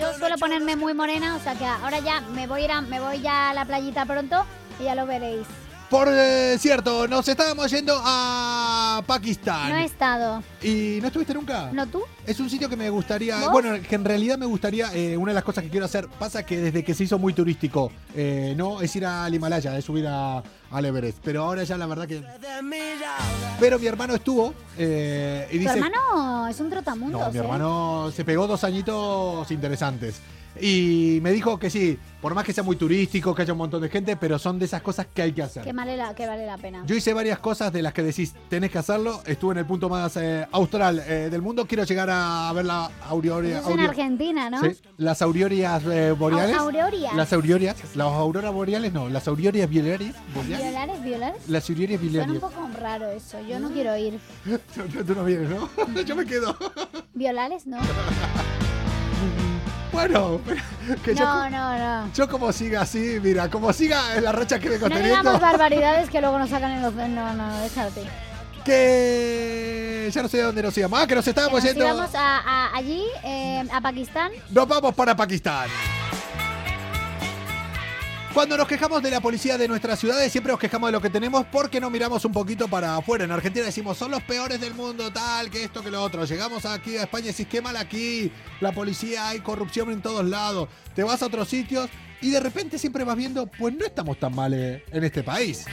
Yo suelo ponerme muy morena, o sea que ahora ya me voy a ir a- me voy ya a la playita pronto y ya lo veréis.
por eh, cierto, nos estábamos yendo a Pakistán.
No he estado.
¿Y no estuviste nunca?
¿No tú?
Es un sitio que me gustaría,
¿Vos?
bueno, que en realidad me gustaría, eh, una de las cosas que quiero hacer, pasa que desde que se hizo muy turístico, eh, no, es ir al Himalaya, es subir a, al Everest, pero ahora ya la verdad que... Pero mi hermano estuvo eh, y
Tu
dice...
hermano es un trotamundos.
No, mi
¿eh?
hermano se pegó dos añitos interesantes. Y me dijo que sí, por más que sea muy turístico, que haya un montón de gente, pero son de esas cosas que hay que hacer.
Que vale la, que vale la pena.
Yo hice varias cosas de las que decís, tenés que hacerlo. Estuve en el punto más eh, austral eh, del mundo. Quiero llegar a ver la
Eso
aureoria.
es en
aureo-
Argentina, ¿no?
Sí, las aureorias eh, boreales.
Au- aureorias.
Las aureorias. Las auroras boreales, no. Las aureorias biolarias. boreales.
¿Violares, violares?
Las aureorias
Suena un
biolarias.
poco raro eso. Yo no quiero ir.
Tú no vienes, ¿no? Yo me quedo.
¿Violares? No.
bueno, que yo,
No, no, no.
yo como siga así, mira, como siga en la racha que vengo
No
teniendo,
digamos barbaridades que luego nos sacan en los... No, no, déjate.
que ya no sé de dónde nos íbamos. Ah, que nos
Que
estábamos
nos
yendo.
íbamos a, a- allí, eh, a Pakistán.
Nos vamos para Pakistán. Cuando nos quejamos de la policía de nuestras ciudades, siempre nos quejamos de lo que tenemos porque no miramos un poquito para afuera. En Argentina decimos, son los peores del mundo, tal, que esto, que lo otro. Llegamos aquí a España y decís, qué mal aquí. La policía, hay corrupción en todos lados. Te vas a otros sitios y de repente siempre vas viendo, pues no estamos tan mal eh, en este país.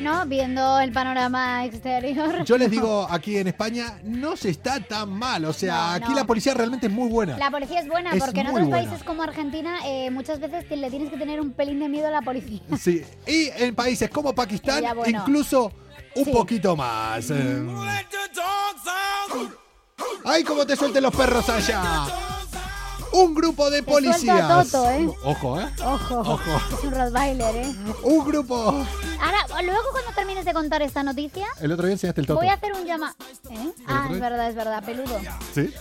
¿no? Viendo el panorama exterior.
Yo les digo, aquí en España no se está tan mal. O sea,
No,
aquí
no.
la policía realmente es muy buena.
La policía es buena,
Es
porque en
muy
otros
buena.
países como Argentina eh, muchas veces te- le tienes que tener un pelín de miedo a la policía.
Sí, y en países como Pakistán,
Ya, bueno.
incluso un
Sí.
poquito más. eh. ¡Ay, cómo te suelten los perros allá! Un grupo de
Te suelto a
policías.
Toto, ¿eh?
Ojo, ¿eh?
Ojo,
Ojo.
es un Rottweiler, ¿eh?
Un grupo.
Ahora, luego cuando termines de contar esta noticia,
El otro día enseñaste el Toto.
voy a hacer un llamado. ¿Eh? Ah,
otro
es
día.
verdad, es verdad, peludo.
¿Sí?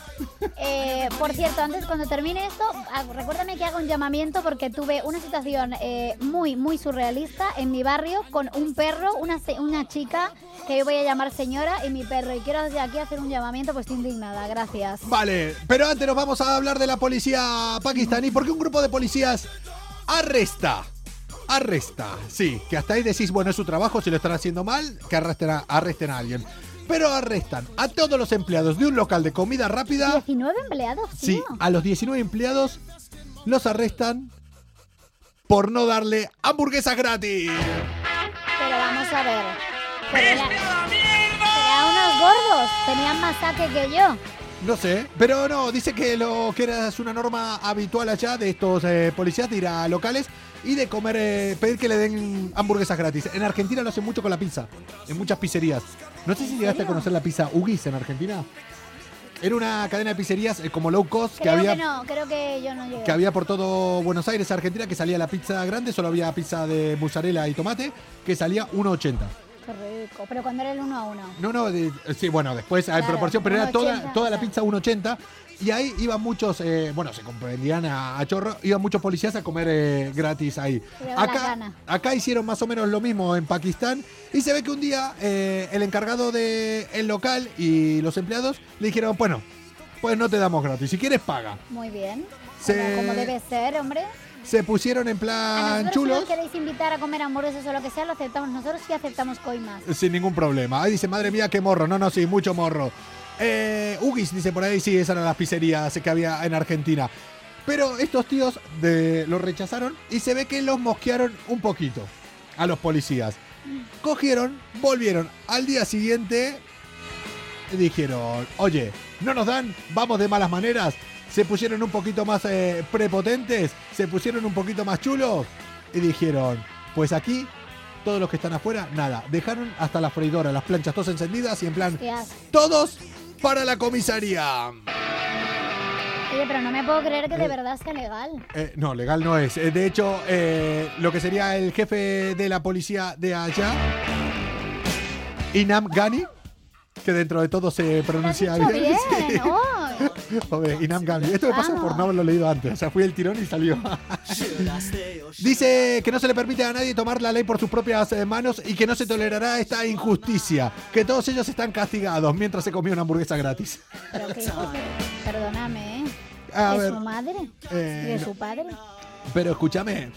Eh, por cierto, antes cuando termine esto, ah, recuérdame que hago un llamamiento porque tuve una situación eh, muy, muy surrealista en mi barrio con un perro, una, se- una chica que yo voy a llamar señora y mi perro. Y quiero desde aquí hacer un llamamiento, pues estoy indignada, gracias.
Vale, pero antes nos vamos a hablar de la policía pakistaní, porque un grupo de policías arresta. Arresta, sí, que hasta ahí decís, bueno, es su trabajo, si lo están haciendo mal, que arresten a, arresten a alguien. Pero arrestan a todos los empleados de un local de comida rápida.
19 empleados,
Sí,
tío.
a los 19 empleados los arrestan por no darle hamburguesas gratis.
Pero vamos a ver. Tenía, tenía unos gordos, tenían más saque que yo.
No sé, pero no, dice que lo que era es una norma habitual allá de estos eh, policías de ir a locales y de comer, eh, pedir que le den hamburguesas gratis. En Argentina lo hacen mucho con la pizza, en muchas pizzerías. No sé si llegaste a conocer la pizza Ugis en Argentina. Era una cadena de pizzerías eh, como low cost que
Creo que,
había
no, creo que yo no llegué.
que había por todo Buenos Aires, Argentina, que salía la pizza grande, solo había pizza de mozzarella y tomate, que salía 1,80.
Qué rico. Pero cuando era el uno a uno.
No, no, de- sí, bueno, después en
Claro,
proporción, pero era toda,
1,80,
toda la
claro.
pizza 1,80. Y ahí iban muchos, eh, bueno, se comprendían a, a chorro, iban muchos policías a comer eh, gratis ahí.
Pero la
Acá,
gana.
acá hicieron más o menos lo mismo en Pakistán. Y se ve que un día eh, el encargado del el local y los empleados le dijeron, bueno, pues no te damos gratis, si quieres paga.
Muy bien.
Se-
Como, como debe ser, hombre.
Se pusieron en
A
plan
nosotros si
chulos.
nos queréis invitar a comer hamburguesas o lo que sea, lo aceptamos. Nosotros sí aceptamos coimas.
Eh, Sin ningún problema. Ahí dice, madre mía, qué morro. No, no, sí, mucho morro. Eh, Ugis dice por ahí, sí, esas eran las pizzerías que había en Argentina. Pero estos tíos de, lo rechazaron y se ve que los mosquearon un poquito a los policías. Cogieron, volvieron al día siguiente y dijeron, oye, no nos dan, vamos de malas maneras. Se pusieron un poquito más eh, prepotentes, se pusieron un poquito más chulos y dijeron, pues aquí, todos los que están afuera, nada. Dejaron hasta la freidora, las planchas todas encendidas y en plan,
Hostias.
todos para la comisaría.
Oye, pero no me puedo creer que de verdad sea legal.
Eh, no, legal no es. Eh, de hecho, eh, lo que sería el jefe de la policía de allá, Inam Gani, que dentro de todo se
Lo has
pronuncia
dicho
bien.
bien.
Sí.
oh.
Joder, Inam Gandhi. Esto me pasa
Vamos.
por no haberlo leído antes. O sea, fui el tirón y salió. Dice que no se le permite a nadie tomar la ley por sus propias eh, manos y que no se tolerará esta injusticia. Que todos ellos están castigados mientras se comió una hamburguesa gratis.
Pero qué hijos de- Perdóname, ¿eh?
A
¿De
ver,
su madre?
eh,
¿De
no.
su padre?
pero escúchame.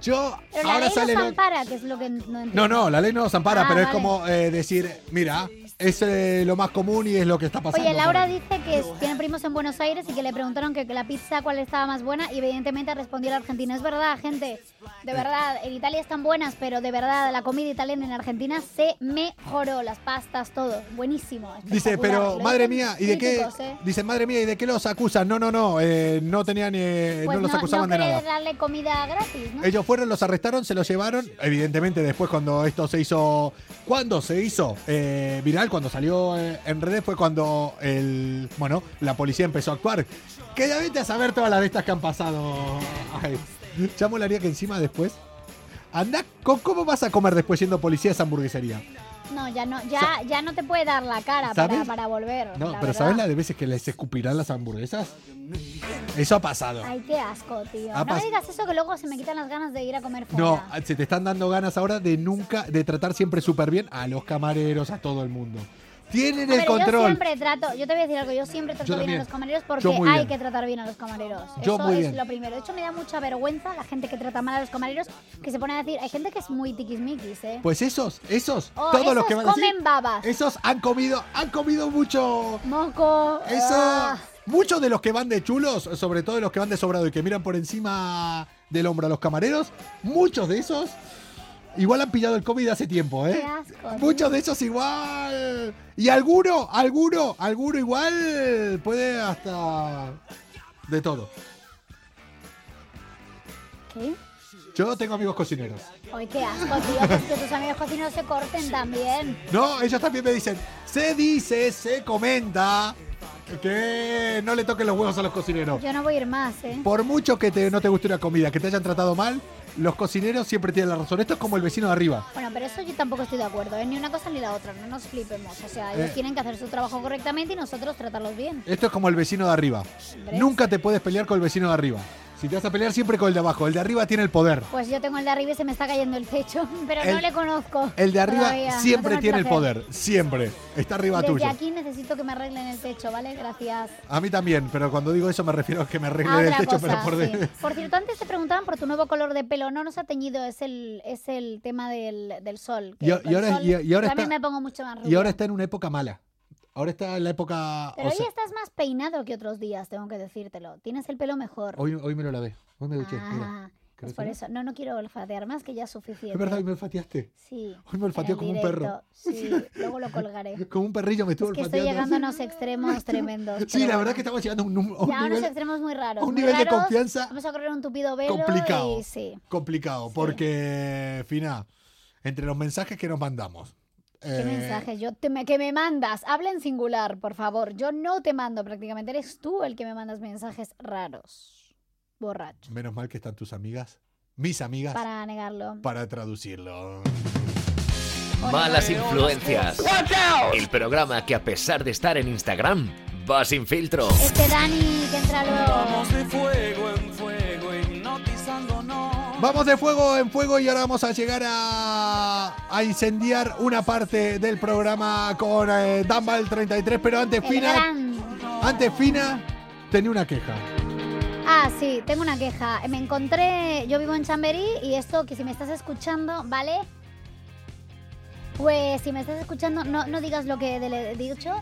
Yo
Pero la
ahora
ley
sale.
nos
lo-
ampara, que es lo que no entiendo.
No, no, la ley no nos ampara,
Ah,
pero es
vale.
como eh, decir, mira, es eh, lo más común y es lo que está pasando.
Oye, Laura
por ahí.
dice que es- tiene primos en Buenos Aires y que le preguntaron que, que la pizza cuál estaba más buena y evidentemente respondió la Argentina. Es verdad, gente, de verdad, en Italia están buenas, pero de verdad, la comida italiana en Argentina se mejoró, las pastas, todo, buenísimo.
Dice,
espectacular.
pero
Lo
madre
dicen
mía, ¿y de qué?
críticos, ¿eh?
Dice, madre mía, ¿y de qué los acusan? No, no, no, eh, no tenían, eh,
Pues
no los acusaban de
querer
nada. Eh,
darle comida gratis, ¿no?
Ellos fueron, los arrestaron, se los llevaron. Evidentemente, después cuando esto se hizo. Cuando se hizo eh, viral, cuando salió eh, en redes, fue cuando el. Bueno, la policía empezó a actuar. Que ya vete a saber todas las de estas que han pasado. Ay, ya molaría que encima después. Anda, ¿cómo, cómo vas a comer después siendo policía esa hamburguesería?
No, ya no, ya, ya no te puede dar la cara para,
¿Sabes?
para volver.
No,
la
pero
verdad.
¿sabes la de veces que les escupirán las hamburguesas? Eso ha pasado.
Ay, qué asco, tío.
Ha
no me
Ah, pas-
digas eso que luego se me quitan las ganas de ir a comer fuera.
No, se te están dando ganas ahora de nunca, de tratar siempre súper bien a los camareros, a todo el mundo. Tienen el
Pero Yo
control.
siempre trato, yo te voy a decir algo, yo siempre trato
Yo
bien
también.
a los camareros porque
Yo muy
hay
bien.
que tratar bien a los camareros.
Yo
Eso
muy
es
bien.
lo primero. De hecho, me da mucha vergüenza la gente que trata mal a los camareros, que se pone a decir, hay gente que es muy tiquismiquis, ¿eh?
Pues esos, esos,
Oh,
todos los
esos
que van a
comen
decir,
babas.
Esos han comido, han comido mucho.
Moco.
Eso.
ah.
Muchos de los que van de chulos, sobre todo de los que van de sobrado y que miran por encima del hombro a los camareros, muchos de esos igual han pillado el COVID hace tiempo, ¿eh?
Qué asco, tío.
muchos de esos igual. Y alguno, alguno, alguno igual puede hasta de todo.
¿Qué?
Yo tengo amigos cocineros.
Ay, qué asco, tío. Pues que tus amigos cocineros se corten también.
No, ellos también me dicen, se dice, se comenta que no le toquen los huevos a los cocineros.
Yo no voy a ir más, ¿eh?
Por mucho que te- no te guste una comida, que te hayan tratado mal, los cocineros siempre tienen la razón. Esto es como el vecino de arriba.
Bueno, pero eso yo tampoco estoy de acuerdo, ¿eh? ni una cosa ni la otra, no nos flipemos. O sea, ellos
Eh.
tienen que hacer su trabajo correctamente y nosotros tratarlos bien.
Esto es como el vecino de arriba.
Hombre.
Nunca te puedes pelear con el vecino de arriba. Si te vas a pelear siempre con el de abajo, el de arriba tiene el poder.
Pues yo tengo el de arriba y se me está cayendo el techo, pero
El-
no le conozco.
El de arriba
todavía, Ah, no
siempre
tengo
tiene el
placer.
poder, siempre. Está arriba
Desde
tuyo.
aquí necesito que me arreglen el techo, ¿vale? Gracias.
A mí también, pero cuando digo eso me refiero a que me
Ah,
arregle el
otra
techo,
cosa,
pero por
sí.
de-
Por cierto, antes te preguntaban por tu nuevo color de pelo. No nos ha teñido, es el, es el tema del, del sol. que
Y- y
con el
ahora-
sol
y- y ahora
yo a mí
está-
me pongo mucho más rubia.
Y ahora está en una época mala. Ahora está en la época.
Pero
o
hoy
sea,
estás más peinado que otros días, tengo que decírtelo. Tienes el pelo mejor.
hoy, hoy me lo lavé. Hoy me duché. mira.
Ah,
¿Querés
es por
una?
eso. No, no quiero olfatear más, que ya es suficiente.
Es verdad, hoy me olfateaste.
Sí.
Hoy me olfateó
en el
como un perro.
Sí, luego lo colgaré.
Como un perrillo me estuvo
Es que estoy
olfateando.
llegando a unos extremos tremendos.
Sí,
pero
la
bueno.
verdad que estamos llegando a un, num- a un
Ya, a unos
nivel
extremos muy raros.
un
muy
nivel de
raros.
confianza
Vamos a correr un tupido velo.
complicado.
Y, sí.
Complicado, porque, Fina, entre los mensajes que nos mandamos.
¿Qué
eh,
mensajes? Yo te me- que me mandas. Habla en singular, por favor. Yo no te mando prácticamente. Eres tú el que me mandas mensajes raros. Borracho.
Menos mal que están tus amigas, mis amigas, para,
Para negarlo.
traducirlo.
Malas influencias. El programa que a pesar de estar en Instagram, va sin filtro.
Este Dani que entra luego.
Vamos de fuego en fuego, hipnotizándonos.
Vamos de fuego en fuego y ahora vamos a llegar a, a incendiar una parte del programa con eh, Dumbbell 33, pero antes
El
Fina,
gran.
antes Fina tenía una queja.
Ah, sí, tengo una queja. Me encontré, yo vivo en Chamberí y esto que si me estás escuchando, ¿vale? Pues si me estás escuchando, no, no digas lo que le he dicho.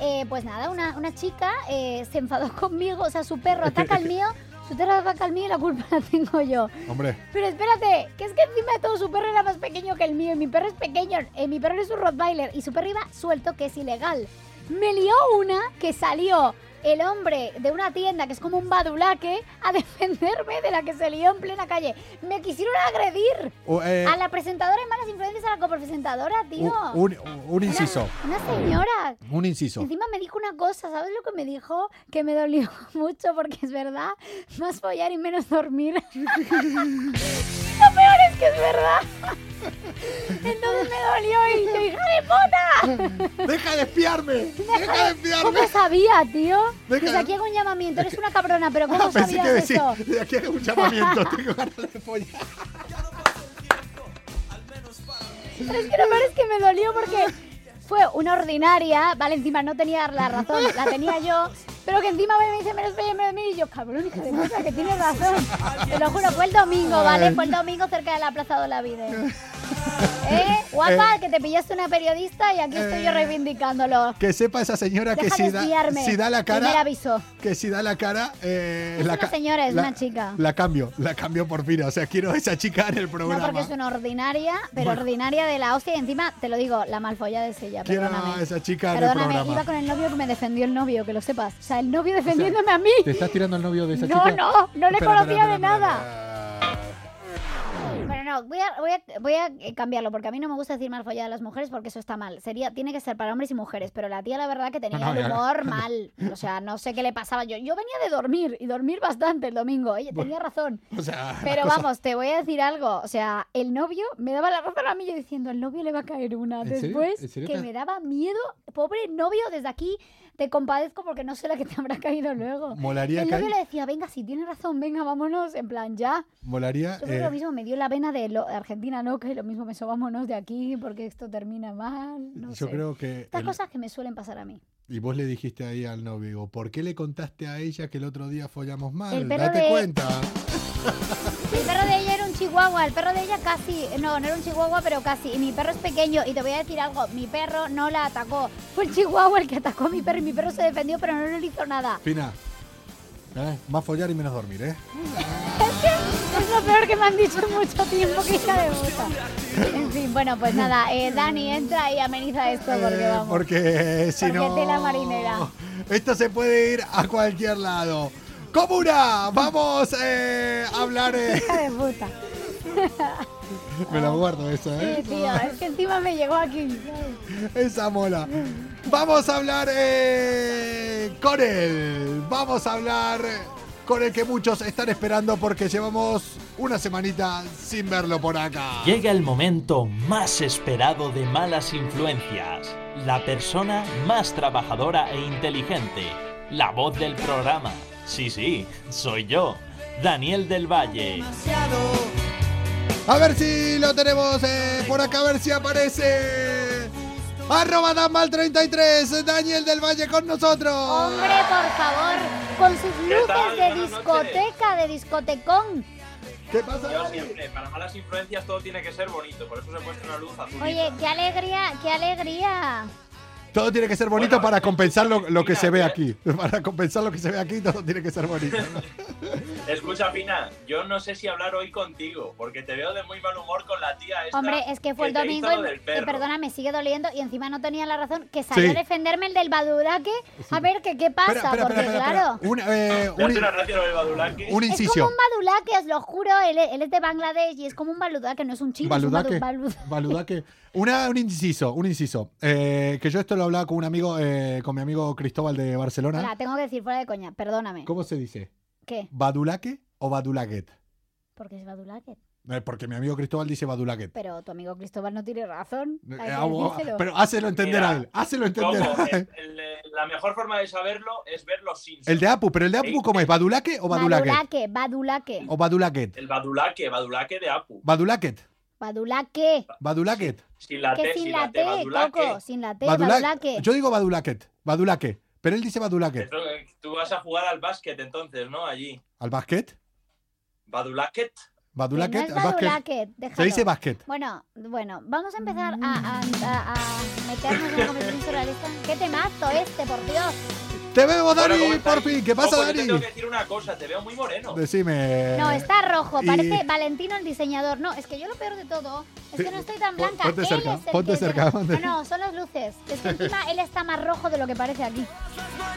Eh, pues nada, una, una chica eh, se enfadó conmigo, o sea, su perro ataca al mío, su perro ataca al mío y la culpa la tengo yo.
Hombre,
Pero espérate, que es que encima de todo su perro era más pequeño que el mío. Y mi perro es pequeño, eh, mi perro es un Rottweiler. Y su perro iba suelto, que es ilegal. Me lió una que salió el hombre de una tienda, que es como un badulaque, a defenderme de la que se lió en plena calle. Me quisieron agredir.
u- eh,
A Ah, la presentadora de malas influencias, a la copresentadora, tío.
u- un, un
Una-
inciso,
Una, señora.
un inciso.
Encima me dijo una cosa, ¿sabes lo que me dijo? Que me dolió mucho porque es verdad, más follar y menos dormir. lo peor es que es verdad. Entonces me dolió y yo, hija de puta.
¡Deja de espiarme! ¡Deja de espiarme!
¿Cómo sabía, tío?
Deja-
Desde aquí hago un llamamiento, eres una cabrona, pero ¿cómo
Ah, pensé
sabías
que decir,
eso?
de aquí hay un llamamiento, tengo ganas de follar.
Pero es que lo peor es que me dolió porque fue una ordinaria, vale, encima no tenía la razón, la tenía yo, pero que encima me dice menos bello, menos mil", y yo, cabrón, hija de puta, que tienes razón. Te lo juro, fue el domingo, ¿vale? Fue el domingo cerca de la Plaza de Olavide. ¿Eh? Guapa, que te pillaste una periodista y aquí estoy yo reivindicándolo.
Que sepa esa señora
Deja
que si
de
da,
espiarme.
si da la
Primer
cara,
aviso.
que si da la cara, eh,
No es
la
una
ca-
señora, es
la-
una chica.
La cambio, la cambio por fina. O sea, quiero a esa chica en el
No
programa.
porque es una ordinaria, pero ordinaria de la hostia. Y encima, te lo digo, la malfollada es ella,
Quiero a
perdóname.
esa chica en el
Perdóname,
programa.
iba con el novio que me defendió el novio, que lo sepas. O sea, el novio defendiéndome a mí.
¿Te estás tirando al novio de esa
No,
chica?
no, no le
Espera, espera,
conocía de
espera,
nada.
espera.
Bueno, no, voy a, voy, a, voy a, eh, cambiarlo, porque a mí no me gusta decir malfollada a las mujeres, porque eso está mal. Sería, tiene que ser para hombres y mujeres, pero la tía la verdad que tenía
No, no,
el
ya.
humor mal. O sea, no sé qué le pasaba. Yo, yo venía de dormir, y dormir bastante el domingo. Ella tenía razón.
O sea, la
Pero
cosa-
vamos, te voy a decir algo. O sea, el novio me daba la razón a mí yo diciendo, el novio le va a caer una.
¿En serio?
Después,
¿En serio
que
te-
me daba miedo. Pobre novio, desde aquí te compadezco porque no sé la que te habrá caído luego.
Molaría
El
que
novio
hay-
le decía, venga, si tienes razón, venga, vámonos. En plan, ya.
molaría,
Yo creo que
eh,
lo mismo me dio la vena de lo- de Argentina loca y lo mismo me vámonos de aquí porque esto termina mal. No
yo
sé.
creo que
Estas
el-
cosas que me suelen pasar a mí.
y vos le dijiste ahí al novio, digo, ¿por qué le contaste a ella que el otro día follamos mal?
El perro
Date
de-
cuenta.
El perro de ella era un chihuahua, el perro de ella casi, no, no era un chihuahua, pero casi. Y mi perro es pequeño y te voy a decir algo, mi perro no la atacó. Fue el chihuahua el que atacó a mi perro y mi perro se defendió, pero no le hizo nada.
Fina. ¿eh? Más follar y menos dormir, ¿eh?
Es lo peor que me han dicho en mucho tiempo que hija de puta. En fin, bueno, pues nada, eh, Dani, entra y ameniza esto porque
Eh,
vamos.
porque eh, si
Porque
no.
tela marinera.
Esto se puede ir a cualquier lado. Comuna, vamos eh, a hablar. eh.
Hija de puta.
Me la guardo esa,
Sí,
¿eh?
tío, es que encima me llegó aquí.
Esa mola. Vamos a hablar eh, con él. Vamos a hablar con el que muchos están esperando porque llevamos una semanita sin verlo por acá.
Llega el momento más esperado de malas influencias. La persona más trabajadora e inteligente. La voz del programa. Sí, sí, soy yo, Daniel del Valle.
A ver si lo tenemos eh, por acá, a ver si aparece. Arroba Damal33, Daniel del Valle con nosotros.
Hombre, por favor, con sus luces de discoteca, de discotecón.
¿Qué pasa? Dani?
para malas influencias todo tiene que ser bonito, por eso se puesto una luz azul.
Oye, qué alegría, qué alegría.
Todo tiene que ser bonito
Bueno,
para
es-
compensar lo, lo que
mira,
se ve
eh.
aquí. Para compensar lo que se ve aquí, todo tiene que ser bonito.
Escucha, Pina, yo no sé si hablar hoy contigo, porque te veo de muy mal humor con la tía esta.
Hombre, es que fue el
te hizo
domingo
lo
y,
del
y
perro.
perdona, me sigue doliendo y encima no tenía la razón que salió
Sí.
a defenderme el del badulaque. A ver, que qué pasa,
Espera, espera,
porque
espera, espera,
claro.
espera. Un, eh,
¿Le
un
hace
in-
una gracia lo del badulaque?
un
Es
inciso.
como un badulaque, os lo juro, él, es- él es de Bangladesh y es como un badulaque, no es un chino,
Baludaque.
es un badu- balu-
Baludaque. Una, un inciso, un inciso. Eh, que yo esto lo hablaba con un amigo, eh, con mi amigo Cristóbal de Barcelona.
Ahora, tengo que decir fuera de coña, perdóname.
¿Cómo se dice?
¿Qué?
¿Badulaque o Badulaguet?
Porque es badulaque.
Eh, Porque mi amigo Cristóbal dice Badulaguet.
Pero tu amigo Cristóbal no tiene razón.
Eh,
Hay que
ah, bo-
decírselo.
Pero hácelo entender
Mira,
a él. Hácelo entender
¿Cómo?
a él.
El- el- el- la mejor forma de saberlo es ver los Simpsons.
El de Apu, pero el de Apu,
Sí.
¿cómo es? ¿Badulaque Oh. o Badulaquet?
Badulaque, badulaque,
O Badulaquet.
El badulaque, badulaque de Apu.
Badulaquet.
badulaque.
Badulaquet.
Sin la
Que
T,
sin
sin
la T,
badulaque.
Coco, sin la T,
Badula-
badulaque.
Yo digo Badulaquet. Badulaque. Pero él dice Badulaquet.
Eso, eh, Tú vas a jugar al básquet entonces, ¿no? Allí.
¿Al basquet?
Badulaquet.
Que no
¿Badulaquet?
Eh, es
¿Al basquet?
badulaque,
Se
déjalo.
dice basquet.
Bueno, bueno, vamos a empezar a, a,
Mm.
a- a meternos en la conversación sobre la lista. ¡Qué temazo este, por Dios!
¡Te vemos,
Bueno,
Dani!
¿cómo estáis?
¡Por fin! ¿Qué
Ojo,
pasa,
pues yo te
Dani?
tengo que decir una cosa, te veo muy moreno.
Decime.
No, está rojo,
Eh, y-
parece Valentino el diseñador. No, es que yo lo peor de todo es que no estoy tan
Pon-
blanca.
Eh, ponte
Él
cerca,
es el
ponte
que-
cerca,
No,
ponte-
no, son las luces. Es que encima él está más rojo de lo que parece aquí.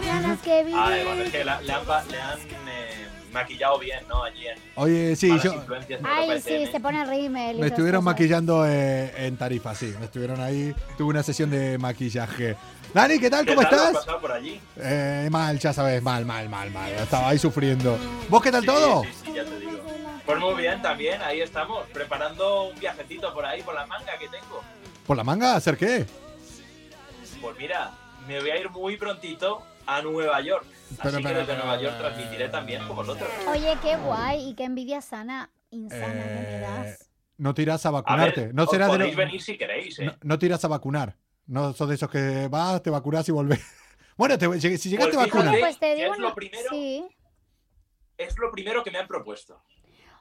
Ganas que
Ah, bueno, es
vivir.
que la- le han, pa- le han, eh, maquillado bien, ¿no? Allí en
Oye, sí,
Malas
yo.
Influencias de Europa
Ay, sí,
FM.
se pone rímel. y
Me
esas
estuvieron
cosas.
maquillando eh, en Tarifa, sí. Me estuvieron ahí. Tuve una sesión de maquillaje. Dani, ¿qué tal?
¿Qué
¿Cómo
tal? ¿Lo has
estás?
pasado por allí?
Eh, mal, ya sabes, mal, mal, mal, mal. Estaba ahí sufriendo. ¿Vos qué tal
Sí,
todo?
Sí, sí, ya te digo. Pues muy bien, también, ahí estamos, preparando un viajecito por ahí, por la manga que tengo.
¿Por la manga? ¿Hacer qué?
Pues mira, me voy a ir muy prontito a Nueva York.
Pero,
Así que
pero,
desde
pero,
Nueva York
pero,
transmitiré también con vosotros.
Oye, qué guay y qué envidia sana, insana que me
Eh,
das.
No te irás a
A
vacunarte.
ver,
no
os
serás de
podéis
los-
venir si queréis, ¿eh?
no, no te irás a vacunar. No sos de esos que vas, te vacunás y volvés. Bueno, te- si llegaste
Pues
a vacunar.
fíjate,
Oye, pues te
¿qué
digo
es lo
una-
primero?
Sí.
Es lo primero que me han propuesto.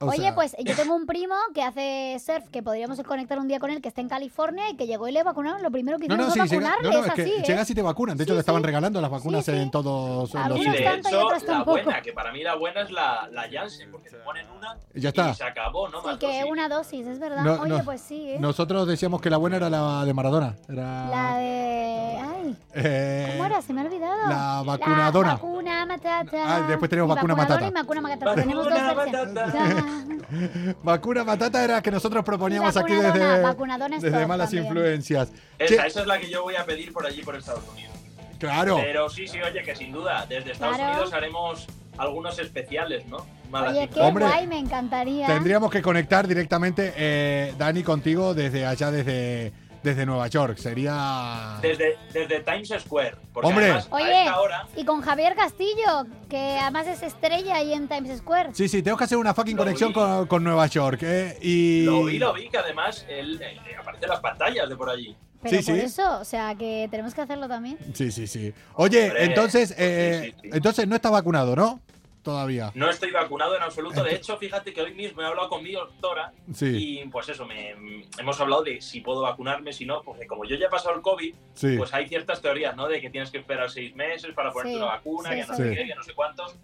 o
Oye,
sea,
pues yo tengo un primo que hace surf, que podríamos conectar un día con él, que está en California y que llegó y le vacunaron. Lo primero que
No,
hicieron
no, sí,
fue
llega-
vacunarle,
no, no,
es
es que
así, ¿eh?
llegas y te vacunan. De hecho,
Sí,
le estaban
sí.
regalando las vacunas
Sí, sí.
en todos en los
Y
Algunos
sitios.
de
tanto y
hecho,
otros
la
tampoco.
buena, que para mí la buena es la, la Janssen, porque te ponen una
Ya está.
y se acabó, ¿no?
Sí,
Más
que
dosis.
una dosis, es verdad.
No,
Oye,
no,
pues sí, ¿eh?
Nosotros decíamos que la buena era la de Maradona. Era,
La de... Ay,
eh,
¿cómo era? Se me ha olvidado.
la vacunadora.
La vacuna matata.
Ah, después tenemos
Y
vacuna
vacunadora
matata.
y vacuna matata. pues tenemos
Vacuna
dos
matata.
versiones.
Vacuna Matata era la que nosotros proponíamos aquí
vacunadona,
desde,
vacunadona es
desde
top
Malas
también.
Influencias.
Esa,
Che,
esa es la que yo voy a pedir por allí, por Estados Unidos.
claro.
Pero sí, sí, oye, que sin duda, desde Estados
Claro.
Unidos haremos algunos especiales, ¿no? Malas
Oye, qué
influencias.
Hombre,
guay, me encantaría.
Tendríamos que conectar directamente, eh, Dani, contigo desde allá, desde, desde Nueva York. Sería.
Desde, desde Times Square. Porque
Hombre.
además, a
Oye,
esta hora,
y con Javier Castillo, que además es estrella ahí en Times Square.
Sí, sí, tenemos que hacer una fucking
Lo
conexión
vi.
con, con Nueva York. eh, y...
lo vi, lo vi, que además él, eh, aparece en las pantallas de por allí.
Pero
Sí,
por
sí.
eso, o sea, que tenemos que hacerlo también.
Sí, sí, sí. Oye,
Hombre,
entonces,
sí,
eh,
sí, Mm, sí.
entonces no estás vacunado, ¿no? Todavía.
No estoy vacunado en absoluto. De hecho, fíjate que hoy mismo he hablado con mi doctora
Sí,
y pues eso, me, mm, hemos hablado de si puedo vacunarme, si no, porque como yo ya he pasado el COVID,
sí.
pues hay ciertas teorías, ¿no? De que tienes que esperar seis meses para ponerte
Sí,
la vacuna,
sí,
que no
sí.
sé qué, que no sé cuántos.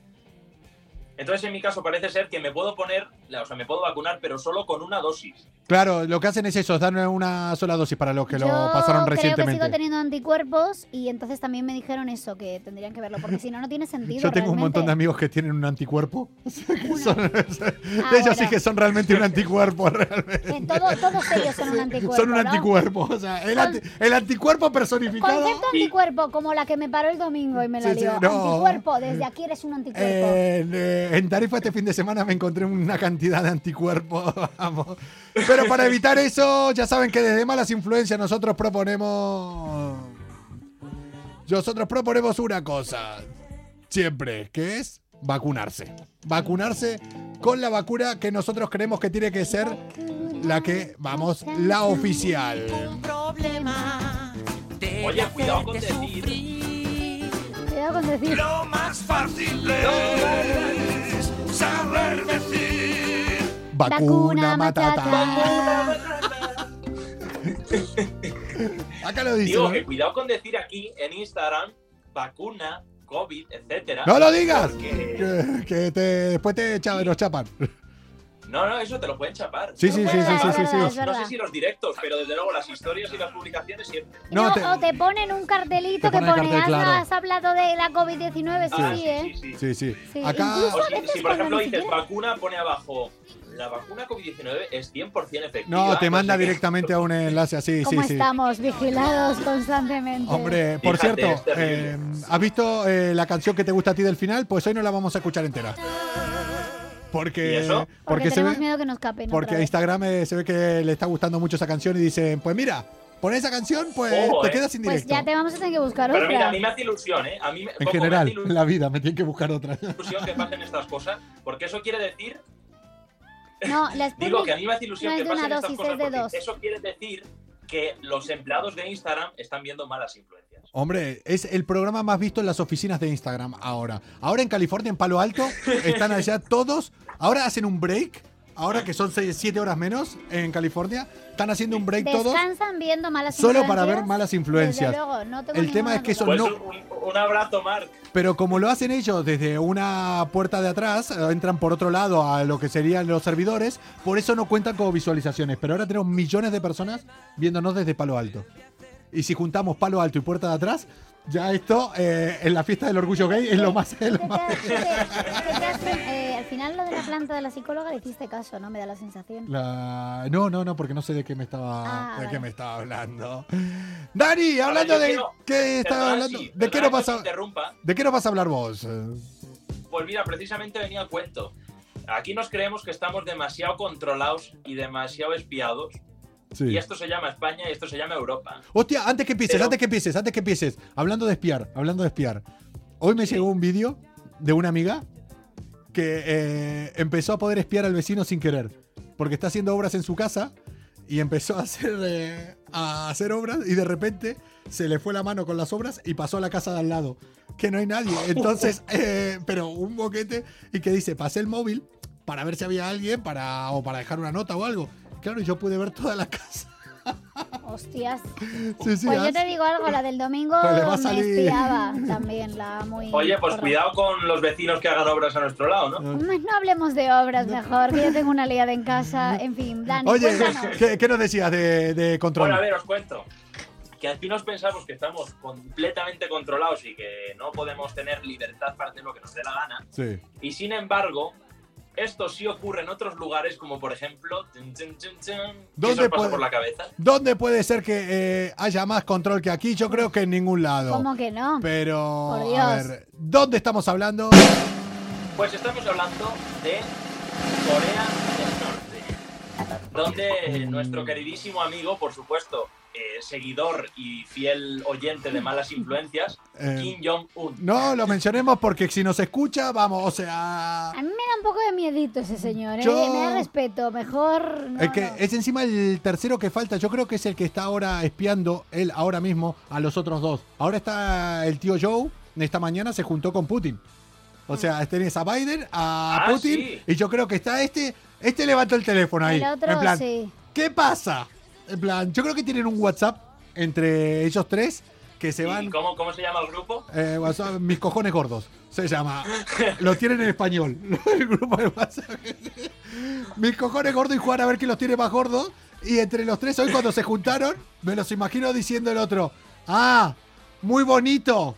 Entonces, en mi caso, parece ser que me puedo poner, o sea, me puedo vacunar, pero solo con una dosis.
Claro, lo que hacen es eso, dan una sola dosis para los que lo
Yo
pasaron
creo que
recientemente.
sigo teniendo anticuerpos y entonces también me dijeron eso, que tendrían que verlo, porque si no, no tiene sentido.
Yo tengo un montón de
realmente.
amigos que tienen un anticuerpo. que son-
Ah,
ellos sí
bueno.
que son realmente un anticuerpo, realmente.
Que Eh, todo- todos ellos son un anticuerpo.
son un
¿no?
anticuerpo. O sea, el, anti- el anticuerpo personificado.
Concepto
Sí.
anticuerpo, como la que me paró el domingo y me la
Sí, sí,
lió.
no.
Anticuerpo, desde aquí eres un anticuerpo.
Eh, En, eh, en Tarifa este fin de semana me encontré una cantidad de anticuerpos, vamos. Pero para evitar eso, ya saben que desde malas influencias nosotros proponemos. Nosotros proponemos una cosa. Siempre, que es vacunarse. Vacunarse con la vacuna que nosotros creemos que tiene que ser la que, vamos, la oficial.
problema.
Oye, cuidado con decir.
Cuidado con decir.
Lo más fácil es saber decir.
Vacuna
Vacuna
matata.
matata.
Acá lo dice.
Digo eh, que
¿no?
cuidado con decir aquí en Instagram vacuna, COVID, etcétera.
¡No lo digas!
porque-
Que, que te, después te echa- nos chapan.
No, no, eso te lo pueden chapar.
Sí, sí,
Es
sí, sí,
verdad,
sí,
es
sí, sí.
verdad, es
No sé
verdad.
si los directos, pero desde luego las historias y las publicaciones siempre.
No,
No,
te-
o te ponen un cartelito
Te
que
ponen
pone,
cartel,
"Has-
claro.
has hablado de la COVID-19, sí,
Ah,
sí, ¿eh?
sí, sí.
Sí, sí.
Sí,
Acá.
incluso-
O
A
si,
veces
si, por
cuando
ejemplo
ni
dices
siquiera-
vacuna, pone abajo la vacuna COVID-19 es 100% efectiva.
No, te
sé
manda
qué.
directamente a un enlace así, sí,
¿Cómo
sí.
estamos vigilados constantemente?
Hombre, por
Fíjate,
cierto,
es terrible.
eh, ¿has visto eh, la canción que te gusta a ti del final? Pues hoy no la vamos a escuchar entera. Porque,
¿Y eso?
porque,
Porque,
se
tenemos
ve-
miedo que nos capen.
porque
otra
a
vez.
Instagram eh, se ve que le está gustando mucho esa canción y dicen, pues mira, pon esa canción, pues
Ojo,
te
eh.
quedas sin
Pues
directo.
ya te vamos a tener que buscar
Pero mira,
otra.
a mí me hace ilusión, ¿eh? A mí me,
En
Coco, me
general,
hace ilusión
la vida, me tienen que buscar otra.
que pasen estas cosas, porque eso quiere decir,
No, la Sputnik-
digo que a mí me hace
no
ilusión
es
que
de una
pasen estas
dosis,
cosas,
es de
porque
dos.
eso quiere decir que los empleados de Instagram están viendo malas influencias.
Hombre, es el programa más visto en las oficinas de Instagram ahora. Ahora en California, en Palo Alto, están allá todos. Ahora hacen un break. Ahora que son 7 horas menos en California, están haciendo un break todos
Descansan viendo malas
solo
influencias.
para ver malas influencias.
Desde luego, no tengo
El
ninguna
tema es que eso
duda.
Pues
no-
un, un abrazo, Mark.
Pero como lo hacen ellos desde una puerta de atrás, eh, entran por otro lado a lo que serían los servidores, por eso no cuentan como visualizaciones. Pero ahora tenemos millones de personas viéndonos desde Palo Alto. Y si juntamos Palo Alto y puerta de atrás, ya esto eh, en la fiesta del orgullo gay es lo más... es lo
¿Qué
más-
te- qué te- qué te hacen? Eh, al final lo de la planta de la psicóloga le hiciste caso, ¿no? Me da la sensación.
La- No, no, no, porque no sé de qué me estaba, de
Ah,
qué
vale.
me estaba hablando. Dani, hablando
yo
de
quiero-
qué estaba
Perdona
hablando,
si-
de qué
perdona
no
que
vas
te
a,
interrumpa.
de qué no vas a hablar vos. eh.
Pues mira, precisamente venía a cuento. Aquí nos creemos que estamos demasiado controlados y demasiado espiados.
Sí.
Y esto se llama España y esto se llama Europa.
Hostia, antes que empieces,
Pero-
antes que empieces, antes que empieces. Hablando de espiar, hablando de espiar. Hoy me llegó un vídeo de una amiga que eh, empezó a poder espiar al vecino sin querer. Porque está haciendo obras en su casa y empezó a hacer, eh, a hacer obras y de repente se le fue la mano con las obras y pasó a la casa de al lado. Que no hay nadie. Entonces, eh, pero un boquete y que dice, pasé el móvil para ver si había alguien para, o para dejar una nota o algo. Claro, y yo pude ver toda la casa.
Hostias.
Sí, sí,
Pues
ah,
yo te digo algo, la del domingo
Pues le va a
me
salir.
espiaba también, la muy...
Oye, pues
porra.
cuidado con los vecinos que hagan obras a nuestro lado, ¿no?
Hombre, No hablemos de obras mejor, que yo tengo una liada en casa. En fin, Dani,
Oye,
cuéntanos.
¿qué, qué nos decías de, de control?
Bueno, a ver, os cuento. Que aquí nos pensamos que estamos completamente controlados y que no podemos tener libertad para hacer lo que nos dé la gana.
Sí.
Y sin embargo, esto sí ocurre en otros lugares, como por ejemplo. tun, tun, tun, tun, ¿Qué se
¿Dónde
os pasa
puede-
por la cabeza?
¿Dónde puede ser que eh, haya más control que aquí? Yo creo que en ningún lado.
¿Cómo que no?
Pero,
Por
a
Dios.
ver, ¿dónde estamos hablando?
Pues estamos hablando de Corea del Norte, donde nuestro queridísimo amigo, por supuesto, eh, seguidor y fiel oyente de malas influencias,
Eh,
Kim Jong-un.
No, lo mencionemos porque si nos escucha, vamos, o sea...
A mí me da un poco de miedito ese señor, ¿eh?
Yo-
me da respeto, mejor... no,
Es que
no.
es encima el tercero que falta. Yo creo que es el que está ahora espiando él ahora mismo a los otros dos. Ahora está el tío Joe. Esta mañana se juntó con Putin. O
Ah.
sea, tenés a Biden, a
Ah,
Putin.
sí.
Y yo creo que está este. Este levanta el teléfono ahí.
El otro,
en plan,
sí.
¿qué pasa? En plan, yo creo que tienen un WhatsApp entre ellos tres que se
¿Y
van.
cómo, cómo se llama el grupo?
eh, WhatsApp, mis cojones gordos se llama. Lo tienen en español. El grupo de WhatsApp. Mis cojones gordos y jugar a ver quién los tiene más gordos. Y entre los tres, hoy cuando se juntaron, me los imagino diciendo el otro: ¡Ah! Muy bonito.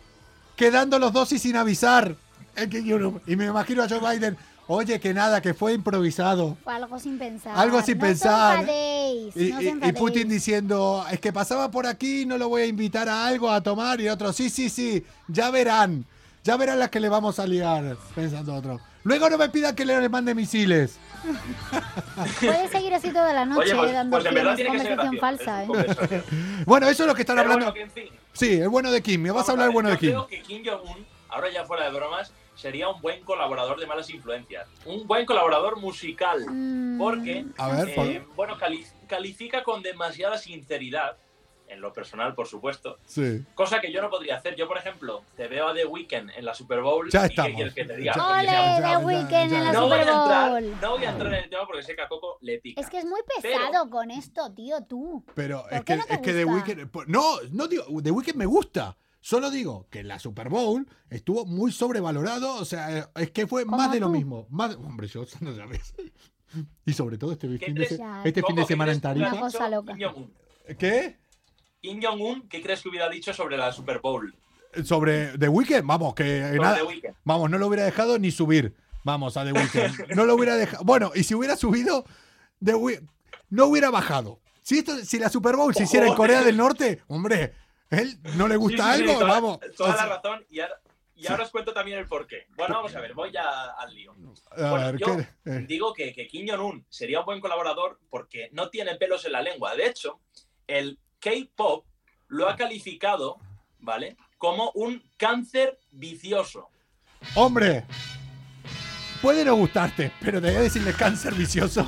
Quedando los dos y sin avisar. Es que yo- Y me imagino a Joe Biden: Oye, que nada, que fue improvisado.
Fue algo sin pensar.
Algo sin
no
pensar.
Os enfadéis,
Y,
no os
y- y
enfadéis.
Putin diciendo, es que pasaba por aquí, no lo voy a invitar a algo a tomar. Y otro, sí, sí, sí, ya verán. Ya verán las que le vamos a liar, pensando otro. Luego no me pidan que le mande misiles.
Puede seguir así toda la noche
Oye, pues,
dando
pues en verdad
opciones,
tiene que ser
conversación
gracioso.
falsa,
es
¿eh?
un conversación.
Bueno, eso es lo que están
Pero
hablando.
bueno, que en fin.
Sí, el bueno de Kim. Me vas
Vamos
a hablar
ver,
bueno
yo
de Kim.
creo que Kim Jong-un, ahora ya fuera de bromas, sería un buen colaborador de malas influencias. Un buen colaborador musical.
Mm,
Porque,
A ver,
eh, bueno, cali- califica con demasiada sinceridad, en lo personal, por supuesto,
Sí.
cosa que yo no podría hacer. Yo, por ejemplo, te veo a The Weeknd en la Super Bowl
Ya
y
estamos.
¿qué quieres que te diga?
Ya,
Porque
¡Ole,
ya-
ya,
The
ya,
Weeknd
ya,
en
ya.
la
no, voy a
Super
entrar,
Bowl!
no voy a entrar en el tema porque sé que a Coco le pica.
Es que es muy
Pero-
pesado con esto, tío, tú.
Pero
¿Por
es
qué
que,
no te
es que The
gusta?
Weeknd. po- No, no digo, The Weeknd me gusta. Solo digo que la Super Bowl estuvo muy sobrevalorado. O sea, eh, es que fue
Como
más de lo
tú.
mismo. Más, de- hombre, yo no sabes. Y sobre todo este fin de,
crees?
se- este
Coco,
fin de
¿qué
semana en
crees que hubiera
Una
Tarifa.
cosa
dicho
loca.
Kim Jong-un?
¿Qué?
Kim Jong-un, ¿qué crees que hubiera dicho sobre la Super Bowl?
Sobre The Weeknd, vamos, que nada.
The Weeknd.
Vamos, no lo hubiera dejado ni subir. Vamos a The Weeknd. No lo hubiera dejado. Bueno, y si hubiera subido, The Wee- no hubiera bajado. Si, esto, si la Super Bowl se hiciera en Corea del Norte, hombre, él no le gusta
Oh. Sí, sí, sí,
algo,
toda-
vamos.
Toda
O sea,
la razón. Y ahora, Y ahora os cuento también el porqué. Bueno, vamos a ver, voy ya al lío.
A
Bueno,
ver,
yo
¿qué- eh?
digo que, que Kim Jong-un sería un buen colaborador porque no tiene pelos en la lengua. De hecho, el K-pop lo ha calificado, ¿vale? Como un cáncer vicioso.
Hombre, puede no gustarte, pero te voy a decirle cáncer vicioso.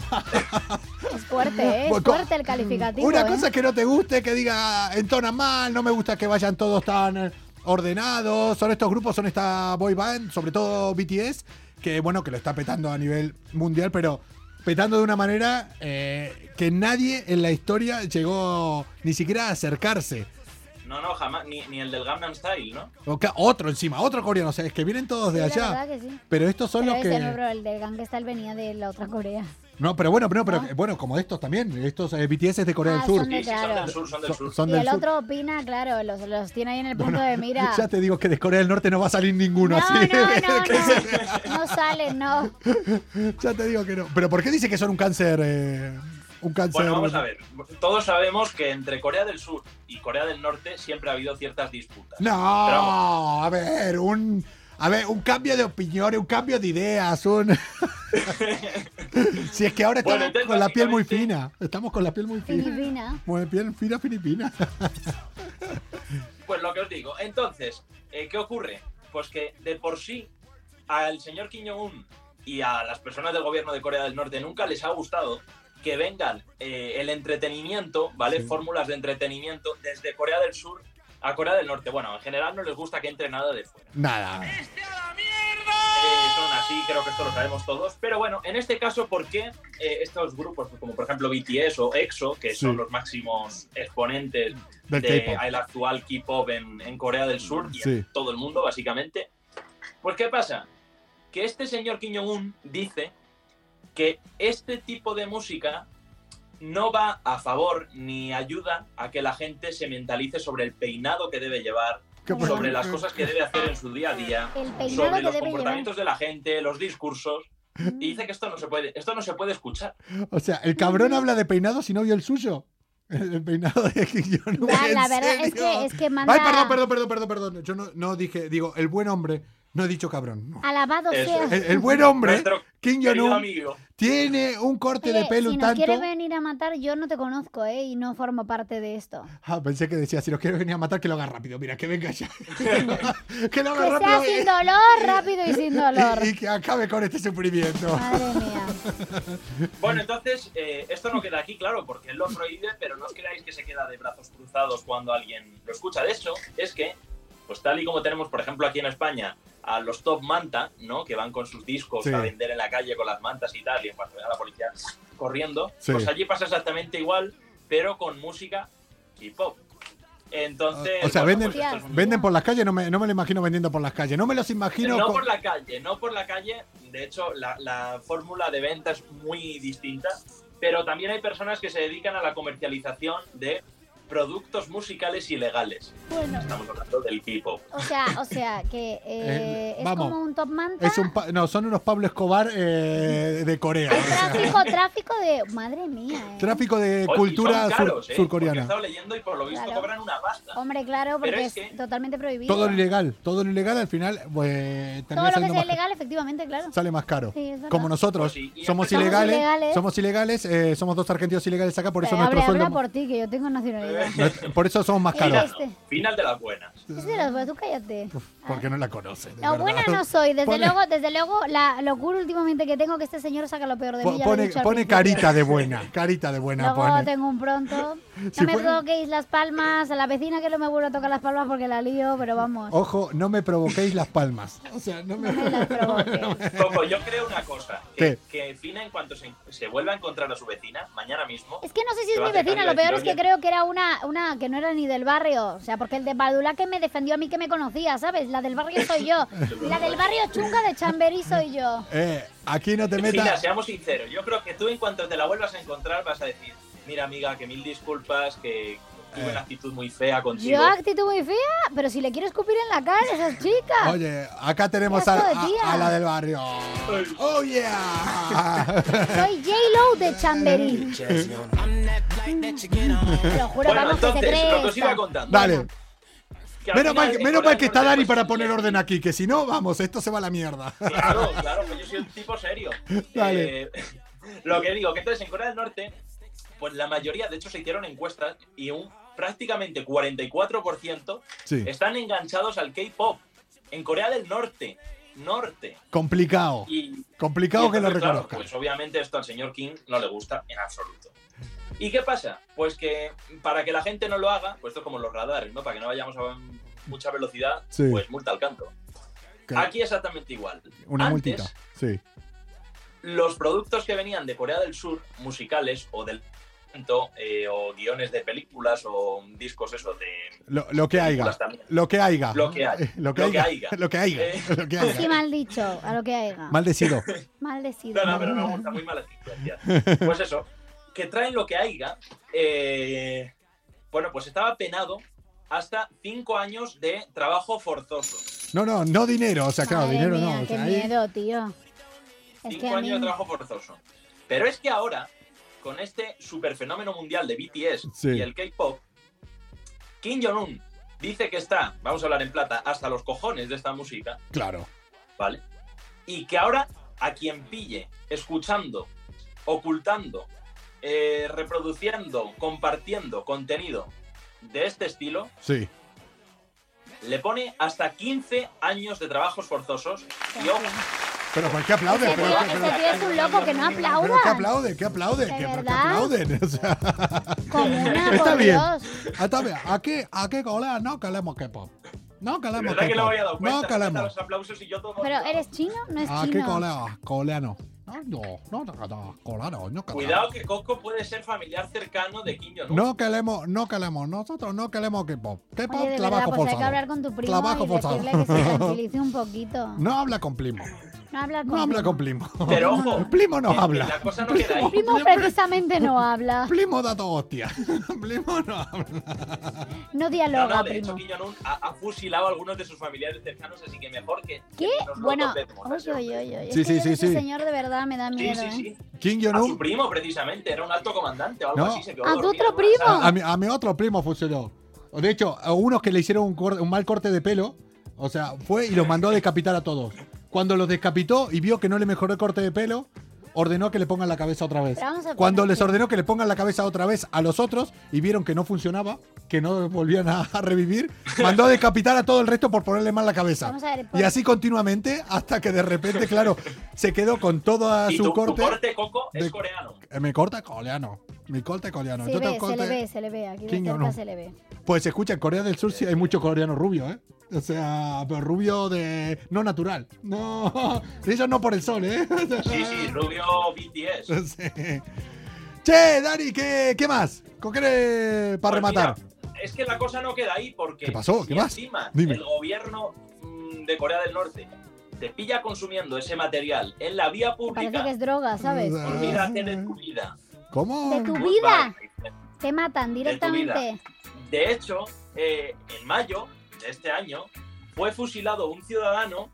Es fuerte, ¿eh? Es
Bueno,
fuerte el calificativo.
pues, Una
¿eh?
cosa es que no te guste, que diga entona mal, no me gusta que vayan todos tan eh, ordenados. Son estos grupos, son esta boy band, sobre todo BTS, que bueno, que lo está petando a nivel mundial, pero petando de una manera eh, que nadie en la historia llegó ni siquiera a acercarse.
No, no, jamás. Ni, ni el del Gangnam Style, ¿no?
O ca- Otro encima, otro coreano, o sea, es que vienen todos de
Sí, la verdad
allá.
que sí.
Pero estos son
Pero
los
ese
que...
no, bro, el de Gangnam Style venía de la otra Corea.
No, pero bueno, pero, pero
¿No?
bueno, como estos también, estos eh, BTS es de Corea
Ah,
del Sur.
son de-
Sí, sí, son
Claro.
del sur, son del sur.
son
y
del
el
sur.
otro opina, claro, los, los tiene ahí en el punto
Bueno,
de mira.
Ya te digo que de Corea del Norte no va a salir ninguno
no, no,
así.
no, no, no sale, no.
ya te digo que no. Pero ¿por qué dice que son un cáncer? eh, un cáncer.
Bueno, vamos a ver. Todos sabemos que entre Corea del Sur y Corea del Norte siempre ha habido ciertas disputas. Pero vamos,
No, a ver, un. A ver, un cambio de opiniones, un cambio de ideas, un. si es que ahora estamos
Bueno, entonces,
con la piel muy fina.
básicamente-
Estamos con la piel muy fina.
Filipina.
Muy piel fina filipina.
Pues lo que os digo. Entonces, eh, ¿qué ocurre? Pues que de por sí al señor Kim Jong-un y a las personas del gobierno de Corea del Norte nunca les ha gustado que vengan eh, el entretenimiento, ¿vale? Fórmulas de entretenimiento desde Corea del Sur a Corea del Norte. Bueno, en general no les gusta que entre nada de fuera.
Nada.
Eh, son así, creo que esto lo sabemos todos. Pero bueno, en este caso, ¿por qué eh, estos grupos, pues, como por ejemplo BTS o EXO, que
Sí.
son los máximos exponentes
Del
de
K-pop.
el actual K-pop en, en Corea del Sur y
Sí.
en todo el mundo, básicamente. Pues, ¿qué pasa? Que este señor Kim Jong-un dice que este tipo de música no va a favor ni ayuda a que la gente se mentalice sobre el peinado que debe llevar,
¿Qué
Bueno.
sobre las cosas que debe hacer en su día a día,
El peinado que
sobre los
debe llevar.
comportamientos de la gente, los discursos.
Mm.
Y dice que esto no se puede, esto no se puede escuchar.
O sea, el cabrón habla de peinado si no vio el suyo. El, el peinado de Kim Jong-un.
Ya, Ah, la
¿en
verdad es
serio?
que, es que manda.
Ay, perdón, perdón, perdón, perdón, perdón. Yo no, no dije, digo, el buen hombre, no he dicho cabrón. no.
Alabado
Eso
sea.
es.
El, el buen hombre,
Nuestro
Kim
querido
Jong-un,
amigo.
tiene un corte de
Oye,
pelo
Eh, si nos
tanto.
quieres venir a matar, yo no te conozco, ¿eh? Y no formo parte de esto.
Ah, pensé que decía, si lo quiere venir a matar, que lo haga rápido. Mira, que venga ya. que lo haga
Que sea
rápido.
sin
eh,
dolor, rápido y sin dolor.
y, y que acabe con este sufrimiento.
Madre mía.
Bueno, entonces, eh, esto no queda aquí, claro, porque él lo prohíbe, pero no os creáis que se queda de brazos cruzados cuando alguien lo escucha. De hecho, es que, pues tal y como tenemos, por ejemplo, aquí en España, a los top manta, ¿no? Que van con sus discos
Sí.
a vender en la calle con las mantas y tal, y en cuanto llega la policía corriendo,
Sí.
pues allí pasa exactamente igual, pero con música hip-hop. Entonces,
O sea,
bueno,
venden-
pues esto es un-
Venden por las calles, no me, no me lo imagino vendiendo por las calles. No me los imagino.
no
con-
por la calle, no por la calle. De hecho, la, la fórmula de venta es muy distinta. Pero también hay personas que se dedican a la comercialización de productos musicales ilegales.
Bueno,
Estamos hablando del K-pop.
o sea, o sea, que eh,
Eh,
es
vamos.
como un top manta.
Es un pa- no, son unos Pablo Escobar eh, de Corea. o sea,
Tráfico, tráfico de. Madre mía, ¿eh?
tráfico de
Oye, y
cultura
son
sur-
caros, ¿eh? Porque he
surcoreana.
estado leyendo y por lo visto
Claro.
cobran una pasta.
Hombre, claro,
Pero
porque es,
es que-
totalmente prohibido.
Todo lo ilegal, todo lo ilegal al final pues, termina
Todo lo
saliendo
que sea
más caro.
ilegal, efectivamente, claro.
sale más caro.
Sí, es verdad.
Como nosotros,
Pues sí, y
somos,
empezamos
ilegales,
ilegales. Eh,
somos ilegales, eh, somos dos argentinos ilegales acá, por eso
Pero
nuestro
habla,
sueldo
habla por ti, que yo tengo nacionalidad.
nuestro- por eso somos más
Eh,
caros,
este.
Final de las buenas.
Es de los tú cállate.
porque no la conocen. de
No,
verdad.
buena no soy. Desde
Pone-
luego, desde luego, la locura últimamente que tengo que este señor saca lo peor de mí.
po-
ya lo he
Pone,
dicho al
pone
principio.
carita de buena, carita de buena
Luego
pone.
tengo un pronto. No
Si
me
fuera-
toquéis las palmas. A la vecina que no me vuelvo a tocar las palmas porque la lío, pero vamos.
Ojo, no me provoquéis las palmas. O sea, no me...
No me las provoques.
Coco, yo creo una cosa. Que,
¿Qué?
que Fina, en cuanto se, se vuelva a encontrar a su vecina, mañana mismo,
Es que no sé si
Te
es
va
mi
a hacer
vecina,
cambio
lo
de
peor es que
tirón,
creo que era una, una que no era ni del barrio. O sea, porque el de Badulá que me defendió a mí que me conocía, ¿sabes? La del barrio soy yo. Y la del barrio chunga de Chamberí soy yo.
Eh, aquí no te
Cristina,
metas.
seamos sinceros. Yo creo que tú, en cuanto te la vuelvas a encontrar, vas a decir: Mira, amiga, que mil disculpas, que tuve
Eh.
una actitud muy fea contigo.
Yo actitud muy fea, pero si le quiero escupir en la cara a esas chicas.
Oye, acá tenemos
Qué
a,
asco de
a-
tía.
a la del barrio. ¡Oh, yeah!
Soy J-Lo de Chamberí. Te lo juro,
Bueno,
vamos, que se
entonces,
cree
lo que os iba
esta.
contando.
Dale.
que al
Menos
final
mal, que-
en
menos
Corea
mal que
del
está
Norte,
Dani
pues,
para poner orden aquí, que si no, vamos, esto se va a la mierda.
Claro, claro, pues yo soy un tipo serio.
Dale.
Eh, lo que digo, que entonces en Corea del Norte, pues la mayoría, de hecho se hicieron encuestas y un prácticamente 44%
Sí.
están enganchados al K-pop. En Corea del Norte, norte.
Complicado.
Y-
Complicado
y
que lo
entonces, claro,
reconozca.
pues obviamente esto al señor King no le gusta en absoluto. ¿Y qué pasa? Pues que para que la gente no lo haga, pues esto es como los radares, ¿no? Para que no vayamos a mucha velocidad,
Sí.
pues multa al canto.
Que-
pues, Aquí exactamente igual.
Una
Antes,
multita. Sí.
los productos que venían de Corea del Sur, musicales o del momento, eh, o guiones de películas o discos esos de
Lo, lo que haya.
películas también.
Lo que haya.
Lo que haya.
Lo que
Lo que
haya.
haya.
Lo que haya.
Eh.
Lo que
Sí,
haya.
mal dicho, a lo que haya.
Maldecido.
Maldecido.
No, no, pero me gusta, muy mala gracias. Pues eso, que traen lo que haya. eh, bueno, pues estaba penado hasta cinco años de trabajo forzoso.
No, no, no dinero. O sea, claro,
Madre
dinero
mía,
no. o
Qué
sea, ahí-
miedo, tío. Es que
Cinco
a
años
mí.
de trabajo forzoso. Pero es que ahora, con este super fenómeno mundial de BTS
Sí.
y el K-pop, Kim Jong-un dice que está, vamos a hablar en plata, hasta los cojones de esta música,
Claro.
¿vale? Y que ahora a quien pille escuchando, ocultando, eh, reproduciendo, compartiendo contenido de este estilo,
Sí.
le pone hasta 15 años de trabajos forzosos. Y ojo,
Pero ¿por qué aplaude?
Ese
Pero,
tío,
pero-
ese tío es un loco que no
pero ¿qué
aplauda.
aplaude? ¿Qué aplaude? ¿Qué, pero ¿qué
verdad?
aplauden? O sea,
Como una,
Está
por
bien.
Dios.
hasta ve- ¿a qué, a qué golea? No calemos K-pop. No
de
calemos
verdad que no me había dado
K-pop. No
cuenta. me faltan
calemos.
los aplausos y yo todo-
Pero ¿eres chino? No es
¿A Ah, qué
chino.
golea? Golea no. No, no, no, no, no, golea no, no calemos.
Cuidado que Coco puede ser familiar cercano de Kim Jong-un.
No calemos, no calemos. Nosotros no calemos K-pop. K-pop,
Oye, de verdad,
trabajo
pues hay que
forzado.
hablar con tu primo
Trabajo
y
forzado.
decirle que se tranquilice un poquito. No,
No habla con Plimo.
habla con
No habla
primo.
con Plimo.
Pero ojo,
Plimo no
que- que
habla.
la cosa no queda ahí.
Primo precisamente no habla,
Plimo da todo hostia. Plimo no habla.
no
No,
dialoga,
no, de hecho,
primo.
Kim Jong-un ha, ha fusilado a algunos de sus familiares cercanos, así que mejor que.
¿Qué?
que nos lo
Bueno,
topemos,
oye,
ese hombre.
oye, oye, oye.
Sí,
es que
sí,
yo
sí,
de ese
sí.
señor de verdad me da
Sí,
miedo,
sí,
¿eh?
sí.
Kim
A su
Jong-un.
primo, precisamente, era un alto comandante o algo
No.
así. Se quedó
¿A tu
dormido
otro
en una
primo?
sala.
A mi, a mi otro primo funcionó. De hecho, a unos que le hicieron un, cor- un mal corte de pelo, o sea, fue y los mandó a decapitar a todos. Cuando los decapitó y vio que no le mejoró el corte de pelo, ordenó que le pongan la cabeza otra vez.
Pero vamos a ver,
Cuando les
sí.
ordenó que le pongan la cabeza otra vez a los otros y vieron que no funcionaba, que no volvían a, a revivir, mandó a decapitar a todo el resto por ponerle mal la cabeza.
Vamos a ver, pues. por-
y así continuamente hasta que de repente, claro, se quedó con toda
Y
su
tu, tu
corte.
corte, Coco, es
de-
coreano.
Eh, Mi corte coleano. Mi corte coleano.
Se
Yo tengo
ve, se
corte-
le ve, se le ve, aquí de
Kim
cerca
Jong-un.
se le ve.
Pues escucha, en Corea del Sur sí hay mucho coreano rubio, ¿eh? O sea, pero rubio de. no natural. No. Eso no por el sol, ¿eh?
Sí, sí, rubio BTS.
Sí. Che, Dani, ¿qué, qué más? ¿Con qué le- para
Pues
rematar?
mira, es que la cosa no queda ahí porque
¿Qué pasó?
si
¿Qué más?
encima
Dime.
el gobierno mm, de Corea del Norte te pilla consumiendo ese material en la vía
Parece que
pública,
es droga, ¿sabes?
olvídate
Ah.
de tu vida.
¿Cómo?
De tu
Goodbye.
vida, te matan directamente.
De hecho, eh, en mayo de este año fue fusilado un ciudadano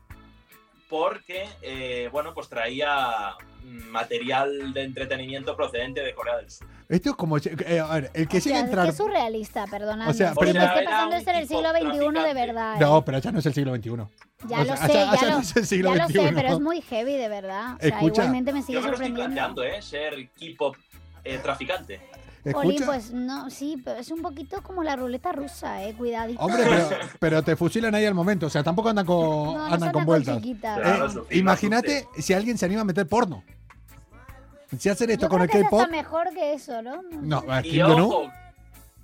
porque, eh, bueno, pues traía mm, material de entretenimiento procedente de Corea del Sur.
Esto es como. eh, a ver, el que
O sea,
llega a
es
entrar.
que es surrealista, perdonadme.
O sea,
Porque
pero-
me estoy
Era
pasando
un
esto en el
tipo
siglo XXI de
traficante.
verdad. ¿eh?
No, pero ya no es el siglo XXI.
ya
o
lo
sea,
sé,
allá- allá
ya,
no
lo,
es el siglo
ya lo sé,
XXI.
pero es muy heavy de verdad. O sea,
Escucha.
igualmente me sigue
Yo me lo estoy
sorprendiendo.
planteando, ¿eh? Ser K-pop eh, traficante.
Oli,
Escucha.
pues no, sí, pero es un poquito como la ruleta rusa, eh, cuidadito.
Hombre, pero, pero te fusilan ahí al momento. O sea, tampoco andan con,
No, no
andan
son
con
tan
vueltas.
chiquitas.
Eh,
Claro, su-
imagínate si alguien se anima a meter porno. Si hacen esto
Yo
con
creo
el
que es hasta
K-pop.
mejor que eso, ¿no?
No, a ver,
Y
Kim Jong-un.
ojo,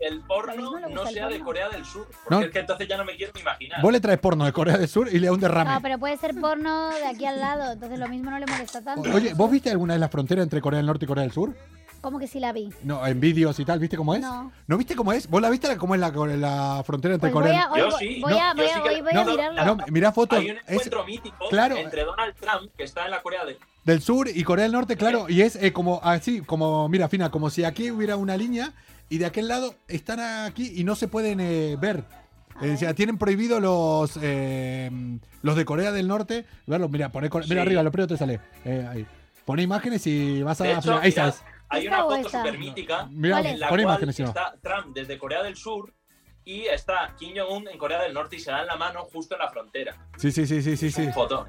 el
Lo mismo
porno
le gusta
no
el
sea de
porno.
Corea del Sur. Porque
No.
es que entonces ya no me quiero ni imaginar.
Vos le traes porno de Corea del Sur y le da un derrame.
No, pero puede ser porno de aquí al lado, entonces lo mismo no le molesta tanto.
O- Oye, ¿vos viste alguna vez la frontera entre Corea del Norte y Corea del Sur?
Como que sí la vi.
No, en vídeos y tal, ¿viste cómo es?
No.
viste cómo es? ¿Vos la viste la- cómo es la, la frontera entre
Pues voy
Corea
a, hoy
Yo
voy-
sí.
voy
No,
a,
yo
voy
sí
a,
que-
hoy voy
no,
a mirarla.
no, mirá fotos
Hay un
es
encuentro mítico
claro.
entre Donald Trump, que está en la Corea del
del Sur y Corea del Norte, claro, y es eh, como así, como, mira, Fina, como si aquí hubiera una línea y de aquel lado están aquí y no se pueden eh, ver. Eh, o sea, tienen prohibido los eh, los de Corea del Norte. Verlo, mira, poné, Core- mira
Sí.
arriba, lo primero te sale. Eh, ahí. Pone imágenes y vas a.
De hecho,
ahí
mirad,
sabes.
hay
¿Esta
una
o
foto
esta?
súper mítica
Mira,
¿Cuál
en
es?
la
pon
cual
imágenes, si no.
está Trump desde Corea del Sur y está Kim Jong-un en Corea del Norte y se dan la mano justo en la frontera.
Sí, sí, sí, sí, sí. sí.
Un fotón.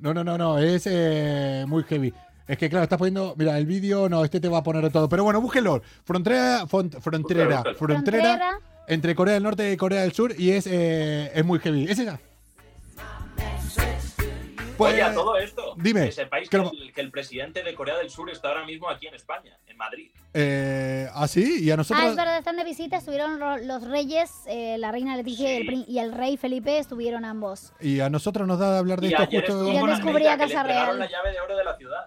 No, no, no, no, es eh, muy heavy. Es que claro, estás poniendo, mira, el vídeo, no, este te va a poner todo. Pero bueno, búsquelo. Frontera, font- frontera,
Búscalo, búscalo.
frontera entre Corea del Norte y Corea del Sur y es, eh, es muy heavy. ¿Es esa? Pues-
Oye, a todo esto,
dime,
que sepáis
que
que
lo-
el, que el presidente de Corea del Sur está ahora mismo aquí en España, en Madrid.
Eh, ¿Ah, sí? ¿Y a nosotros?
Ah, es verdad, están de visita, estuvieron ro- los reyes, eh, la reina Leticia y, el, pri- y el rey Felipe, estuvieron ambos.
Y a nosotros nos da de hablar de
Y
esto
ayer
justo.
estuvo
Yo
con
descubrí
Almeida,
a
que le
Casa
entregaron
Real.
la llave de oro de la ciudad.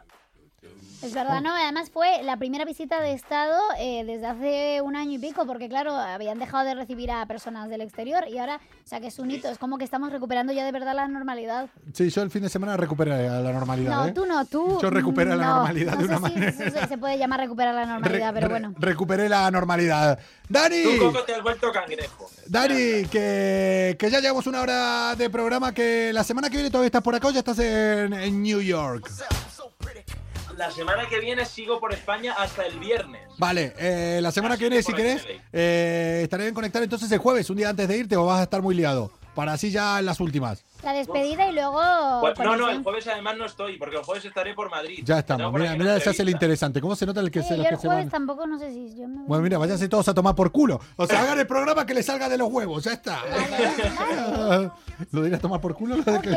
Es
Oh.
verdad, no, además fue la primera visita de Estado eh, desde hace un año y pico, porque claro, habían dejado de recibir a personas del exterior y ahora, o sea, que es un hito, es como que estamos recuperando ya de verdad la normalidad.
Sí, yo el fin de semana recuperé a la normalidad.
No,
¿eh?
tú no, tú.
Yo recuperé la
no,
normalidad
no
de
sé
una
si
manera.
eso se- se puede llamar recuperar la normalidad,
Re-
pero
re-
bueno.
Recuperé la normalidad. ¡Dani!
Tú, Coco, te has vuelto cangrejo.
Dani, que, que ya llevamos una hora de programa, que la semana que viene todavía estás por acá o ya estás en, en New York.
La semana que viene sigo por España hasta el viernes.
Vale, eh, la semana que viene, si querés, eh, estaré en conectar entonces el jueves, un día antes de irte o vas a estar muy liado. Para así ya en las últimas.
La despedida y luego.
Pues- no, no,
conexión.
el jueves además no estoy, porque el jueves estaré por Madrid.
Ya
Tengo
estamos.
por
Mira,
aquí
mira, se
una
hace el
entrevista.
interesante. ¿Cómo se nota el que
Oye,
se,
Eh, yo
los que
el
se
jueves
van?
tampoco, no sé si yo me voy.
Bueno, mira, váyanse todos a tomar por culo. O sea, hagan el programa que les salga de los huevos. Ya está. ¿Lo dirás tomar por culo?
Ok.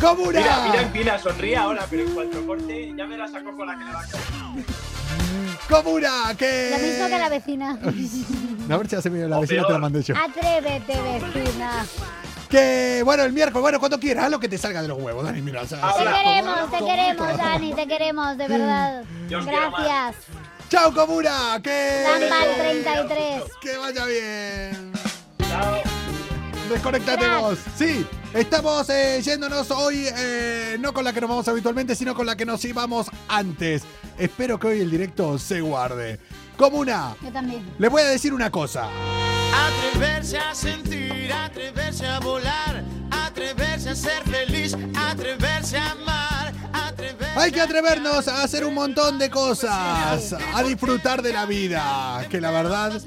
¡Comuna!
Mira, mira, Empina, sonríe ahora, pero en cuanto corte ya me la saco con la que le va a caer.
¡Comuna! Que...
Lo mismo que la Ah. vecina.
A ver si hace bien la
O
vecina, te la
peor.
mandé yo.
Atrévete, vecina.
Que, bueno, el miércoles, bueno, cuando quieras, haz lo que te salga de los huevos, Dani. Mira, o sea,
Ah,
Te
Habla,
queremos, te queremos, Dani, te queremos, de verdad.
Yo os quiero más.
Gracias.
¡Chao, Comuna! Que,
Zamba 33.
que vaya bien.
Chao.
Desconectate
Crack.
vos. Sí, estamos eh, yéndonos hoy, eh, no con la que nos vamos habitualmente, sino con la que nos íbamos antes. Espero que hoy el directo se guarde. Comuna,
Yo también.
les voy a decir una cosa.
Atreverse a sentir, atreverse a volar, atreverse a ser feliz, atreverse a amar, atreverse
Hay que atrevernos a hacer un montón de cosas, a disfrutar de la vida, que la verdad,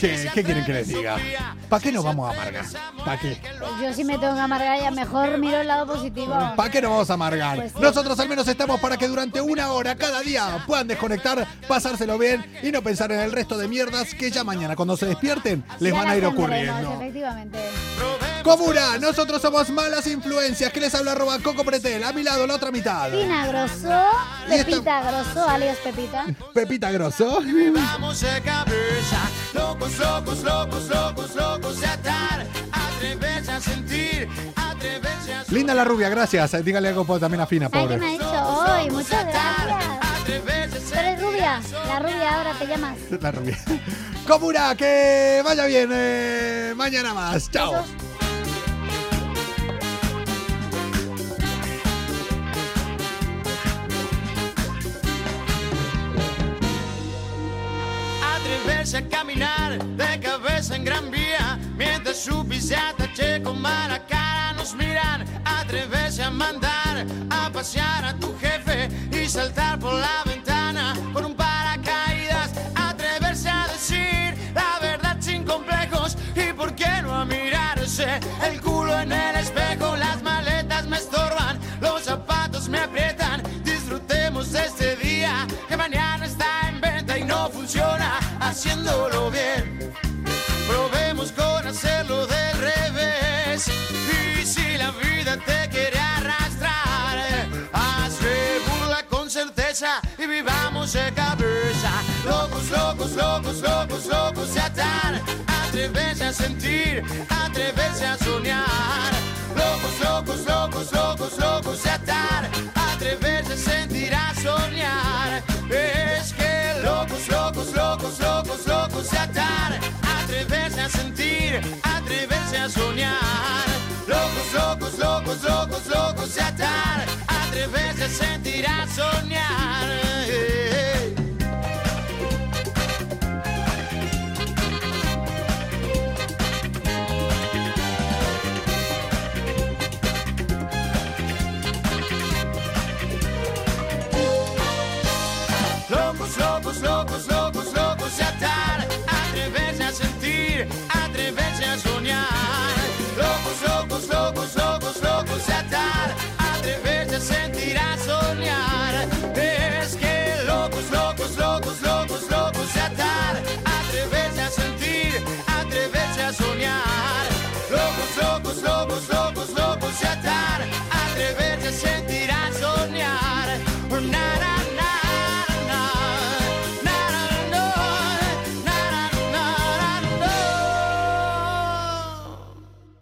que, ¿qué quieren que les diga? ¿Para qué nos vamos a amargar? ¿Para qué?
Pues yo sí me tengo que amargar ya mejor miro el lado positivo.
¿Para qué nos vamos a amargar?
Pues
Nosotros al menos estamos para que durante una hora cada día puedan desconectar, pasárselo bien y no pensar en el resto de mierdas que ya mañana cuando se despierten les
Ya
van a
las
ir
tendremos,
ocurriendo.
Efectivamente.
Comuna, nosotros somos malas influencias. que les habla arroba Coco Pretel? A mi lado, la otra mitad.
Pina Grosso,
Y esta-
Pepita Grosso, alias Pepita.
Pepita Grosso.
Vamos de cabeza, locos, locos, locos, locos, locos de atar, atreverse a sentir, atreverse a
Linda la rubia, gracias. Eh, Dígale algo po- también a Fina,
Ay, que
pobre.
me ha dicho hoy, muchas gracias.
atreverse a ser
Tú eres rubia, la rubia ahora te llamas.
La rubia. Comuna, que vaya bien. eh, mañana más. Chao.
Besos.
Atreverse a caminar de cabeza en gran vía, mientras su pisata che con mala cara nos miran. Atreverse a mandar a pasear a tu jefe y saltar por la ventana por un paracaídas. Atreverse a decir la verdad sin complejos y por qué no a mirarse el culo en el espejo. Las maletas me estorban, los zapatos me aprietan. Disfrutemos de este día que mañana está en venta y no funciona haciéndolo bien. Probemos con hacerlo del revés. Y si la vida te quiere arrastrar, eh, hazle burla con certeza y vivamos de cabeza. Locos, locos, locos, locos, locos de atar. Atreverse a sentir, atreverse a soñar. Locos, locos, locos, locos, locos de atar. Atreverse a sentir, a soñar. Es que locos, locos, locos, locos, locos de atar. Atreverse a sentir, atreverse a soñar. Locos, locos, locos, locos, locos de atar. Atreverse a sentir, a soñar. Eh,